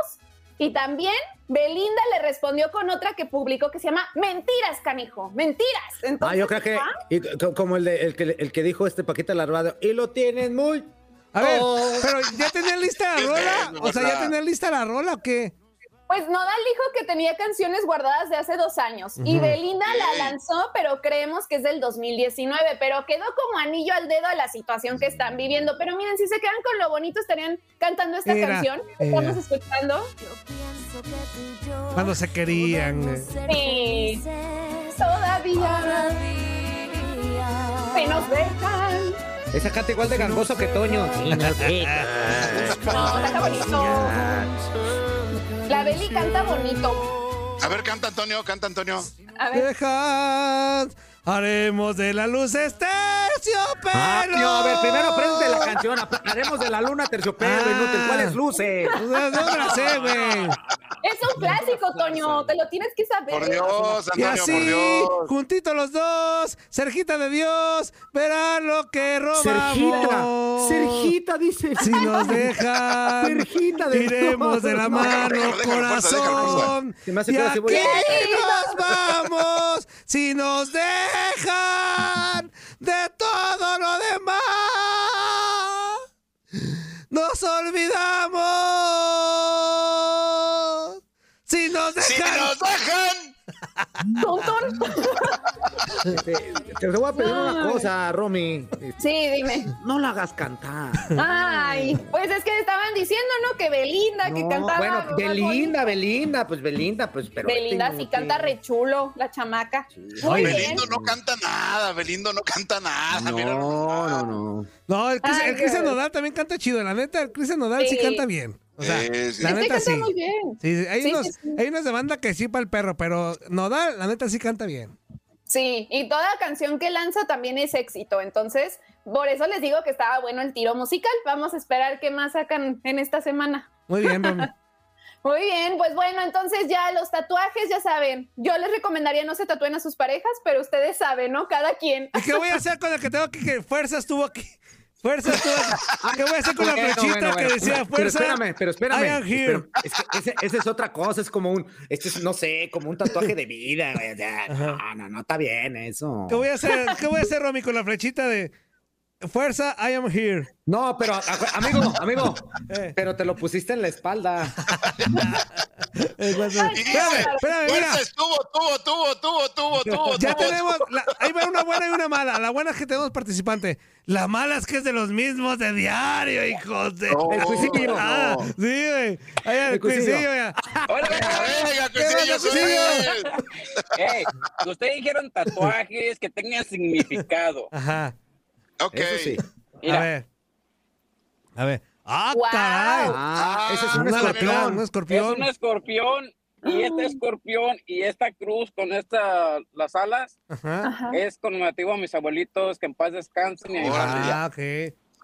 Speaker 12: Y también Belinda le respondió con otra que publicó que se llama Mentiras, canijo, mentiras. Entonces,
Speaker 5: Ah, yo creo que y co- como el, de- el que, el que dijo este Paquita Larvado, y lo tienes muy.
Speaker 3: A ver, pero ya tenía lista la rola. O sea, ya tenía lista la rola o qué?
Speaker 12: Pues Nodal dijo que tenía canciones guardadas de hace dos años y
Speaker 3: Ujú.
Speaker 12: Belinda la lanzó, pero creemos que es del 2019, pero quedó como anillo al dedo a la situación que están viviendo. Pero miren, si se quedan con lo bonito, estarían cantando esta
Speaker 3: Era,
Speaker 12: canción que
Speaker 3: era.
Speaker 12: estamos escuchando.
Speaker 3: Cuando se querían. güey.
Speaker 12: Sí. Todavía. Si nos dejan.
Speaker 5: Esa canta igual de gangoso que Toño.
Speaker 12: No, está bonito. La Beli canta bonito.
Speaker 6: A ver, canta Antonio, canta Antonio.
Speaker 12: A ver.
Speaker 3: Dejad, haremos de la luz este terciopelo.
Speaker 5: Ah, tío, a ver, primero aprende la canción, ap- haremos de la este luna terciopelo, inútil, ¿cuáles luces?
Speaker 3: No, no me la sé, güey.
Speaker 12: Es un clásico, Toño. Te lo tienes que saber.
Speaker 3: y así, juntitos los dos, cerquita de Dios, verán lo que robamos.
Speaker 5: Cerjita, dice.
Speaker 3: Si nos dejan,
Speaker 5: Cerjita de
Speaker 3: iremos
Speaker 5: Dios.
Speaker 3: de la
Speaker 5: No,
Speaker 3: mano,
Speaker 5: déjalo, déjalo, fuerza, déjalo,
Speaker 3: corazón.
Speaker 5: fuerza. Se me hace
Speaker 3: y
Speaker 5: que ahora
Speaker 3: aquí
Speaker 5: sí voy a-
Speaker 3: nos vamos, si nos dejan de todo lo demás. Nos olvidamos. Si nos dejan.
Speaker 6: ¡Si nos dejan!
Speaker 5: Este, Te voy a pedir una cosa, Romy.
Speaker 12: Sí, dime.
Speaker 5: No la hagas cantar.
Speaker 12: Ay, pues es que estaban diciendo, ¿no? Que Belinda, que
Speaker 5: No,
Speaker 12: cantaba.
Speaker 5: bueno,
Speaker 12: más
Speaker 5: Belinda, Belinda, pues Belinda, pues pero.
Speaker 12: Belinda sí canta re chulo, la chamaca. Muy
Speaker 5: Oye.
Speaker 12: bien.
Speaker 6: Belindo no canta nada, Belindo no canta
Speaker 3: Ah,
Speaker 6: nada. mira
Speaker 5: No, no, no.
Speaker 3: No, el, Chris-
Speaker 12: Ay,
Speaker 3: el Cristian
Speaker 12: Dios.
Speaker 3: Nodal también canta chido. La neta, el Cristian Nodal sí,
Speaker 12: Sí.
Speaker 3: canta bien. O sea,
Speaker 6: Sí,
Speaker 3: la
Speaker 12: Este
Speaker 3: neta
Speaker 12: canta
Speaker 3: sí.
Speaker 12: muy bien.
Speaker 3: Sí, sí, hay,
Speaker 12: Sí,
Speaker 3: unos,
Speaker 12: sí, sí.
Speaker 3: hay unas de banda que sí para el perro, pero Nodal, la neta sí canta bien.
Speaker 12: Sí, y toda canción que lanza también es éxito. Entonces, por eso les digo que estaba bueno el tiro musical. Vamos a esperar qué más sacan en esta semana.
Speaker 3: Muy bien, Romy.
Speaker 12: Muy bien, pues bueno, entonces ya los tatuajes, ya saben. Yo les recomendaría no se tatúen a sus parejas, pero ustedes saben, ¿no? Cada quien.
Speaker 3: ¿Y qué voy a hacer con el que tengo aquí? Que fuerza estuvo aquí. Fuerza estuvo aquí. ¿Qué voy a hacer con la
Speaker 5: Bueno,
Speaker 3: flechita
Speaker 5: bueno,
Speaker 3: que
Speaker 5: bueno.
Speaker 3: decía
Speaker 5: Pero
Speaker 3: fuerza?
Speaker 5: espérame, pero espérame.
Speaker 3: I am here.
Speaker 5: Pero es que ese- esa es otra cosa, es como un, este es, no sé, como un tatuaje de vida. güey, o sea, No, no, no está bien eso.
Speaker 3: ¿Qué voy a hacer? ¿Qué voy a hacer, Romy, con la flechita de fuerza? I am here.
Speaker 5: No, pero a- a- amigo, amigo,
Speaker 3: Eh.
Speaker 5: pero te lo pusiste en la espalda.
Speaker 6: Y dice, fuerza estuvo, tuvo, tuvo, tuvo, tuvo, tuvo.
Speaker 3: Ya
Speaker 6: tuvo,
Speaker 3: tenemos,
Speaker 6: tuvo".
Speaker 3: la- ahí va una buena y una mala. La buena es que tenemos participante. La mala es que es de los mismos de diario, hijos de.
Speaker 4: No, El Cuisillo.
Speaker 3: Ah, sí, güey. Ahí el
Speaker 4: El Cuisillo.
Speaker 3: cuisillo, ya.
Speaker 6: Oiga,
Speaker 3: ¿Qué onda,
Speaker 6: Cuisillo, soy
Speaker 3: Cuisillo?
Speaker 6: él.
Speaker 15: Ey, ustedes dijeron tatuajes que tengan significado.
Speaker 3: Ajá.
Speaker 6: Ok. Eso sí.
Speaker 3: A ver. A ver. ¡Ah,
Speaker 15: Guau.
Speaker 3: caray!
Speaker 15: Ah, ese es un
Speaker 3: Un
Speaker 15: escorpión.
Speaker 3: Un escorpión.
Speaker 15: Es un escorpión y este escorpión y esta cruz con esta las alas
Speaker 3: Ajá. Ajá.
Speaker 15: es conmemorativo a mis abuelitos que en paz descansen y a mi familia.
Speaker 3: Ah, ok.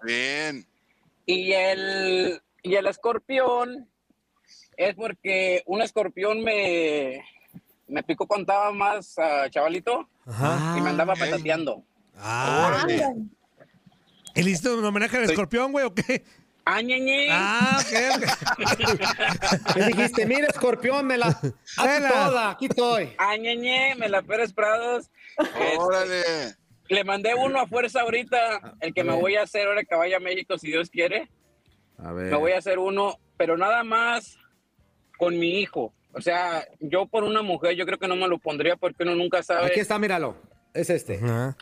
Speaker 6: Bien.
Speaker 15: Y el y el escorpión es porque un escorpión me me picó cuando estaba más ah, chavalito y me andaba patateando.
Speaker 3: Ah, ¿El hiciste un homenaje al escorpión, güey, o qué?
Speaker 15: Ah,
Speaker 3: Ah, ok,
Speaker 5: ¿Qué dijiste? Mira, escorpión, me la... hazte toda, aquí estoy.
Speaker 15: Ah, ñeñe, me la Pérez Prados. Este, Le mandé uno a fuerza ahorita, el que me voy a hacer ahora que vaya a México, si Dios quiere.
Speaker 5: A
Speaker 15: Me voy a hacer uno, pero nada más con mi hijo. O sea, yo por una mujer, yo creo que no me lo pondría porque uno nunca sabe.
Speaker 5: Aquí está, míralo. Es este.
Speaker 15: Uno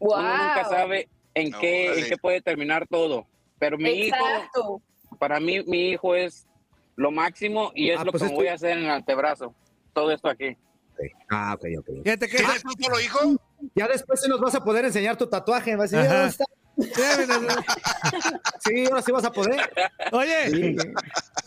Speaker 15: nunca sabe en qué, en
Speaker 5: Órale.
Speaker 15: qué puede terminar todo. Pero mi
Speaker 12: Exacto.
Speaker 15: hijo, para mí, mi hijo es lo máximo y es
Speaker 5: Ah,
Speaker 15: lo
Speaker 5: pues
Speaker 15: que me
Speaker 5: este-
Speaker 15: voy a hacer en el antebrazo. Todo esto aquí.
Speaker 5: Ah, ok, ok.
Speaker 3: Fíjate que...
Speaker 5: ¿Tienes
Speaker 6: un solo hijo?
Speaker 5: Ya después sí nos vas a poder enseñar tu tatuaje. Vas a decir,
Speaker 3: Ajá.
Speaker 5: "¿Dónde está?". Sí, ahora sí vas a poder.
Speaker 3: Oye,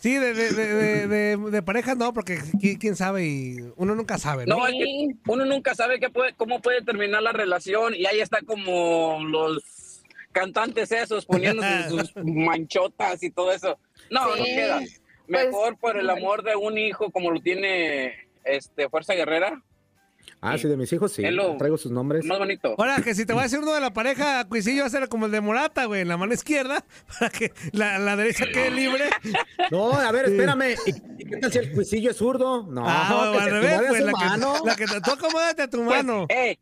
Speaker 3: sí, de, de, de, de- de- de parejas no, porque qui- quién sabe y uno nunca sabe, Pues ¿no?
Speaker 15: No, es que uno nunca sabe qué puede, cómo puede terminar la relación y ahí está como los cantantes esos poniéndose sus manchotas y todo eso. No, no
Speaker 12: Sí, Pues
Speaker 15: queda. Mejor por el
Speaker 12: no.
Speaker 15: amor de un hijo como lo tiene este Fuerza Guerrera.
Speaker 5: Ah, sí, de mis hijos, sí.
Speaker 15: Es lo-
Speaker 5: Traigo sus nombres.
Speaker 15: Más bonito.
Speaker 3: Ahora, que si te va a decir uno de la pareja, Cuisillo va a ser como el de Morata, güey, en la mano izquierda, para que la, la derecha quede libre.
Speaker 5: No, a ver, espérame. ¿Y, y qué tal si el cuisillo es zurdo? No,
Speaker 3: Ah,
Speaker 5: que
Speaker 3: al
Speaker 5: se
Speaker 3: revés,
Speaker 5: acomode a
Speaker 3: pues,
Speaker 5: su
Speaker 3: la que-
Speaker 5: mano.
Speaker 3: la que te toca, acomódate a tu
Speaker 15: Pues,
Speaker 3: mano.
Speaker 15: eh,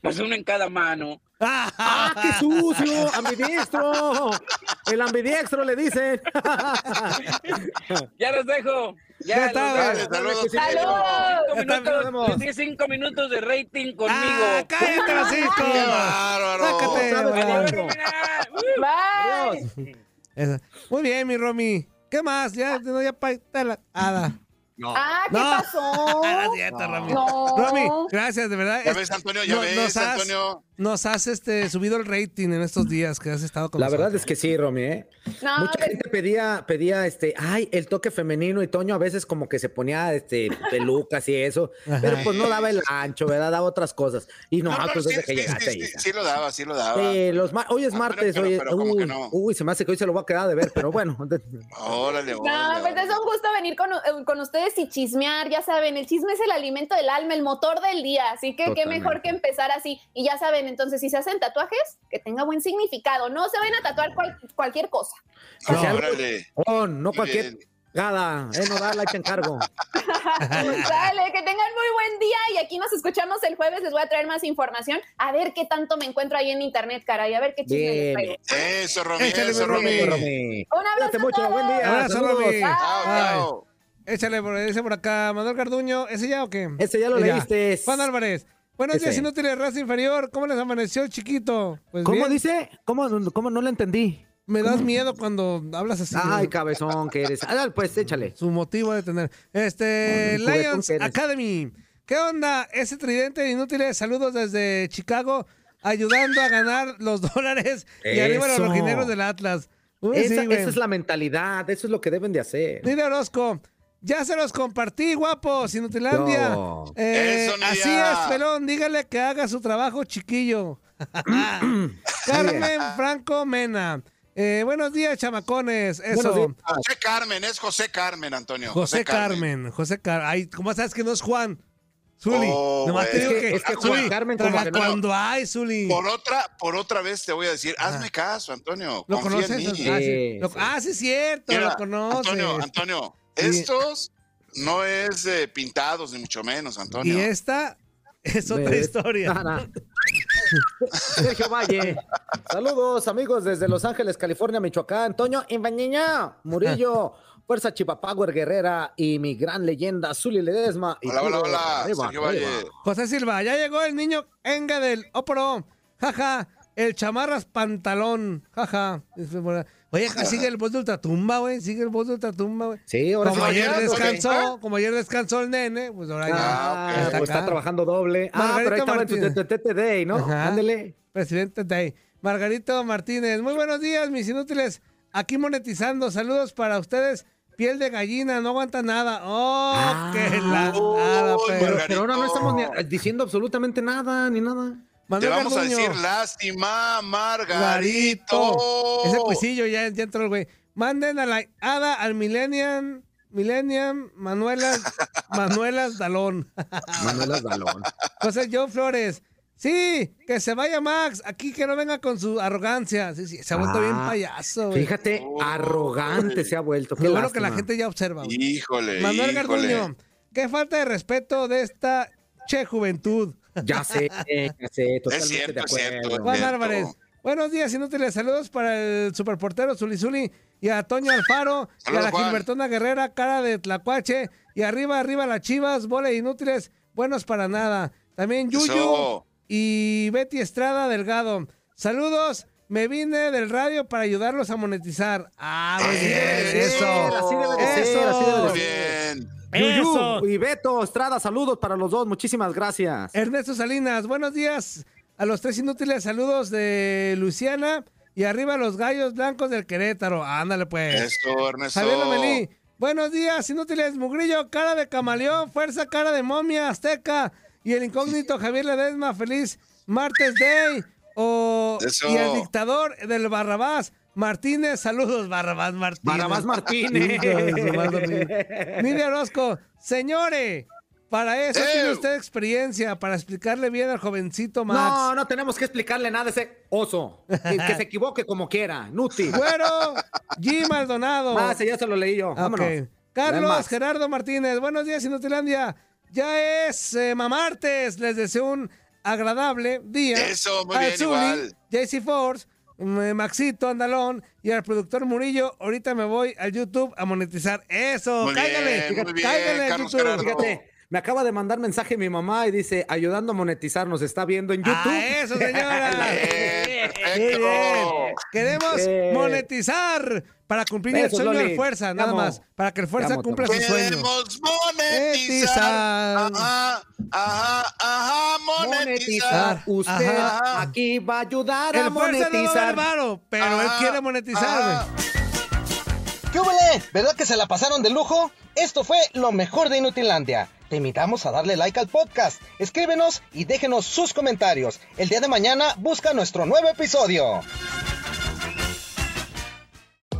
Speaker 15: pues uno en cada mano.
Speaker 5: ¡Ah, qué sucio! ¡Ambidiestro! El ambidiestro le dicen.
Speaker 15: Ya los dejo. Ya,
Speaker 5: Ya está,
Speaker 15: los
Speaker 5: güey.
Speaker 15: dejo.
Speaker 5: Saludos.
Speaker 15: Cinco
Speaker 5: Ya está,
Speaker 15: minutos,
Speaker 5: nos vemos.
Speaker 15: tiene cinco minutos de rating conmigo.
Speaker 3: cállate, Francisco.
Speaker 15: ¡Qué bárbaro!
Speaker 3: Sácate,
Speaker 15: ¿Sabes
Speaker 3: güey.
Speaker 15: cuándo?
Speaker 12: Bye.
Speaker 3: Esa. Muy bien, mi Romy. ¿Qué más? Ya, no, ya pa- está la- Ada.
Speaker 6: No.
Speaker 12: Ah, ¿qué
Speaker 3: No.
Speaker 12: pasó?
Speaker 3: Ah, sí, ya está, Romy.
Speaker 12: No.
Speaker 3: Romy, gracias, de verdad.
Speaker 6: Ya
Speaker 3: Es-
Speaker 6: ves, Antonio, ya
Speaker 3: no-
Speaker 6: ves,
Speaker 3: nos has,
Speaker 6: Antonio.
Speaker 3: Nos has este, subido el rating en estos días que has estado con
Speaker 5: La
Speaker 3: nosotros.
Speaker 5: verdad es que sí, Romy, ¿eh?
Speaker 12: No,
Speaker 5: Mucha gente pedía, pedía, este, ay, el toque femenino y Toño a veces como que se ponía, este, pelucas y eso,
Speaker 6: Ajá.
Speaker 5: pero pues no daba el ancho, ¿verdad? Daba otras cosas. Y no,
Speaker 6: No, no,
Speaker 5: pues
Speaker 6: sí,
Speaker 5: desde que
Speaker 6: sí,
Speaker 5: llegaste
Speaker 6: sí,
Speaker 5: ahí.
Speaker 6: sí, sí lo daba, sí lo daba.
Speaker 5: Eh, los ma- hoy es martes,
Speaker 6: pero-
Speaker 5: hoy es-
Speaker 6: pero como
Speaker 5: uy,
Speaker 6: que no.
Speaker 5: uy, se me hace que hoy se lo voy a quedar de ver, pero bueno.
Speaker 6: Órale,
Speaker 12: No, pues es un gusto venir con, eh, con ustedes y chismear, ya saben, el chisme es el alimento del alma, el motor del día, así que qué
Speaker 5: Totalmente.
Speaker 12: mejor que empezar así. Y ya saben, entonces, si se hacen tatuajes, que tenga buen significado, no se ven a tatuar cual- cualquier cosa.
Speaker 5: Que sea algo-
Speaker 6: Órale.
Speaker 5: Oh, no cualquier
Speaker 6: bien.
Speaker 5: nada, eh, no da la te encargo.
Speaker 12: Dale, que tengan muy buen día y aquí nos escuchamos el jueves, les voy a traer más información, a ver qué tanto me encuentro ahí en internet, caray, a ver qué chisme les
Speaker 5: Bien.
Speaker 12: traigo.
Speaker 6: Eso, Romy,
Speaker 3: Échale,
Speaker 6: eso,
Speaker 3: mi Romy.
Speaker 6: Romy.
Speaker 12: Un abrazo
Speaker 5: Cuídate
Speaker 12: a
Speaker 5: mucho, buen
Speaker 12: todos.
Speaker 5: día.
Speaker 3: Abrazo,
Speaker 5: saludos.
Speaker 3: Romy.
Speaker 6: Chao, chao.
Speaker 3: Ay, Échale por, ese por acá. Manuel Carduño, ¿ese ya o qué?
Speaker 5: Ese ya lo
Speaker 3: Mira.
Speaker 5: leíste.
Speaker 3: Juan Álvarez. Buenos
Speaker 5: Ese.
Speaker 3: días, inútiles, raza inferior. ¿Cómo les amaneció, chiquito? Pues
Speaker 5: ¿Cómo
Speaker 3: bien.
Speaker 5: dice? ¿Cómo, ¿Cómo no le entendí?
Speaker 3: Me das miedo cuando hablas así.
Speaker 5: Ay, cabezón que eres. Ah, pues échale.
Speaker 3: Su motivo de tener. Este,
Speaker 5: Ay, juguetón
Speaker 3: Lions
Speaker 5: que eres.
Speaker 3: Academy. ¿Qué onda? Ese tridente de inútiles. Saludos desde Chicago, ayudando a ganar los dólares y arriba los
Speaker 5: Eso.
Speaker 3: rojineros del Atlas. Uy,
Speaker 5: Esa,
Speaker 3: sí, güey.
Speaker 5: esa es la mentalidad, eso es lo que deben de hacer.
Speaker 3: Nidia Orozco. Ya se los compartí, guapos, Inutilandia.
Speaker 5: Yo.
Speaker 3: Eh,
Speaker 5: Eso, Nidia.
Speaker 3: así es, Pelón. Dígale que haga su trabajo, chiquillo. Carmen Franco Mena. Eh, buenos días, chamacones. Eso.
Speaker 6: José Carmen, es José Carmen, Antonio.
Speaker 3: José Carmen, José Carmen. Ay, ¿cómo sabes que no es Juan? Zuli.
Speaker 6: Oh,
Speaker 3: Nomás te
Speaker 6: güey.
Speaker 3: digo
Speaker 6: Es que-
Speaker 3: que,
Speaker 6: es que
Speaker 3: Zuli,
Speaker 6: Juan Carmen como
Speaker 3: traga
Speaker 6: que no.
Speaker 3: cuando hay, Zuli.
Speaker 6: Por otra, por otra vez te voy a decir, hazme caso, Antonio.
Speaker 3: Ah. ¿Lo
Speaker 6: confía
Speaker 3: conoces?
Speaker 6: en mí.
Speaker 3: Ah, sí. Lo- ah, sí, es cierto,
Speaker 6: Mira,
Speaker 3: lo conoces.
Speaker 6: Antonio, Antonio,
Speaker 3: Sí.
Speaker 6: estos no es de pintados, ni mucho menos, Antonio.
Speaker 3: Y esta es otra
Speaker 5: ¿Ves?
Speaker 3: historia.
Speaker 5: Nada. Sergio Valle. Saludos, amigos, desde Los Ángeles, California, Michoacán. Antonio Imbañeña, Murillo, Fuerza Chipapower Guerrera y mi gran leyenda, Zuli Ledesma. Y
Speaker 6: Hola, hola,
Speaker 5: puro
Speaker 6: hola,
Speaker 5: arriba,
Speaker 6: Sergio Valle.
Speaker 5: arriba.
Speaker 3: José Silva, ya llegó el niño Enga del Oporo. Jaja, el chamarras pantalón. Jaja. Oye, acá sigue el voz de ultratumba, güey. Sigue el voz de ultratumba, güey.
Speaker 5: Sí, ahora
Speaker 3: Como
Speaker 5: sí Ah, está
Speaker 3: ayer
Speaker 5: llegando,
Speaker 3: descansó, como ayer descansó el nene, pues ahora ya.
Speaker 5: Ah, pues está,
Speaker 3: acá.
Speaker 5: trabajando doble. Ah,
Speaker 3: Margarita
Speaker 5: pero ahí estaba en
Speaker 3: Martínez.
Speaker 5: tu TTT Day, ¿no?
Speaker 3: Ajá.
Speaker 5: Ándele.
Speaker 3: Presidente Day. Margarito Martínez, muy buenos días, mis inútiles. Aquí monetizando, saludos para ustedes. Piel de gallina, no aguanta nada. ¡Oh, qué la nada,
Speaker 5: Pero,
Speaker 3: pero.
Speaker 5: Ah. pero ahora no estamos ni diciendo absolutamente nada, ni nada.
Speaker 6: Te
Speaker 3: Manuel
Speaker 6: vamos
Speaker 3: Garduño.
Speaker 6: a decir lástima, Margarito.
Speaker 3: Garito. Ese cuisillo ya, ya entró el güey. Manden a la hada al Millennium Millennium, Manuelas, Manuelas Dalón.
Speaker 14: Manuela Dalón.
Speaker 3: José John Flores. Sí, que se vaya Max. Aquí que no venga con su arrogancia. Sí, sí, se ha vuelto
Speaker 5: Ah,
Speaker 3: bien payaso. güey.
Speaker 5: Fíjate, arrogante se ha vuelto. Qué
Speaker 3: Lo bueno que
Speaker 5: lástima.
Speaker 3: la gente ya observa. güey.
Speaker 6: Híjole,
Speaker 3: Manuel
Speaker 6: híjole.
Speaker 3: Garduño, qué falta de respeto de esta che juventud.
Speaker 5: Ya sé, ya sé, totalmente
Speaker 6: cierto,
Speaker 5: de
Speaker 6: es
Speaker 5: acuerdo.
Speaker 6: cierto, es
Speaker 3: Juan Álvarez. Buenos días, inútiles. Saludos para el superportero Zulizuli y a Toño Alfaro y a
Speaker 6: Saludos,
Speaker 3: la
Speaker 6: Juan.
Speaker 3: Gilbertona Guerrera, cara de Tlacuache. Y arriba, arriba las chivas, bola de inútiles, buenos para nada. También Yuyu
Speaker 6: Eso.
Speaker 3: y Betty Estrada Delgado. Saludos, me vine del radio para ayudarlos a monetizar. Ah, muy bien, eso.
Speaker 5: así debe de ser, así debe de
Speaker 3: Eso.
Speaker 5: ser.
Speaker 3: Eso.
Speaker 5: Yuyu y Beto Estrada, saludos para los dos, muchísimas gracias.
Speaker 3: Ernesto Salinas, buenos días a los tres inútiles. Saludos de Luciana y arriba los gallos blancos del Querétaro. Ándale, pues.
Speaker 6: Eso, Ernesto.
Speaker 3: Javier Lomelí, buenos días, inútiles. Mugrillo, cara de camaleón, fuerza, cara de momia azteca. Y el incógnito Javier Ledesma, feliz martes day. O,
Speaker 6: Eso.
Speaker 3: y el dictador del Barrabás, Martínez. Saludos, Barrabás Martínez.
Speaker 5: Barrabás Martínez.
Speaker 3: Hijo de su madre, amigo. Nidia Orozco, señores, para
Speaker 5: Eh.
Speaker 3: eso tiene usted experiencia, para explicarle bien al jovencito Max.
Speaker 5: No, no tenemos que explicarle nada a ese oso. Que, que se equivoque como quiera, Nuti.
Speaker 3: Güero, G. Maldonado.
Speaker 5: Ah, ese ya se lo leí yo.
Speaker 3: Ok.
Speaker 5: Vámonos.
Speaker 3: Carlos
Speaker 5: Además.
Speaker 3: Gerardo Martínez, buenos días, Inutilandia. Ya es eh, mamartes, les deseo un agradable día.
Speaker 6: Eso, muy
Speaker 3: Al
Speaker 6: bien,
Speaker 3: Zuli,
Speaker 6: igual.
Speaker 3: JC Force, mm, Maxito Andalón y al productor Murillo. Ahorita me voy al YouTube a monetizar. Eso,
Speaker 5: Muy bien,
Speaker 3: cáigale,
Speaker 5: muy bien,
Speaker 3: cáigale al
Speaker 5: Carlos
Speaker 3: YouTube.
Speaker 5: Gerardo. Fíjate, Me acaba de mandar mensaje mi mamá y dice, ayudando a monetizar, nos está viendo en YouTube.
Speaker 3: ¡Ah, eso, señora! Muy bien. Queremos
Speaker 5: Eh.
Speaker 3: monetizar para cumplir
Speaker 5: Eso,
Speaker 3: el sueño
Speaker 5: Loli.
Speaker 3: del fuerza, nada
Speaker 5: Te amo.
Speaker 3: más. Para que el
Speaker 5: Te
Speaker 3: fuerza
Speaker 5: amo,
Speaker 3: cumpla su
Speaker 5: Tomo.
Speaker 3: sueño.
Speaker 6: Queremos monetizar. Ajá, ajá, ajá, monetizar.
Speaker 5: monetizar. Usted
Speaker 6: Ajá.
Speaker 5: aquí va a ayudar a
Speaker 3: Ah. El fuerza no va a
Speaker 5: monetizar.
Speaker 3: ver varo, pero él quiere monetizar, güey.
Speaker 16: Ah. ¿Qué huele? ¿Verdad que se la pasaron de lujo? Esto fue lo mejor de Inutilandia. Te invitamos a darle like al podcast, escríbenos y déjenos sus comentarios. El día de mañana busca nuestro nuevo episodio.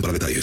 Speaker 17: para detalles.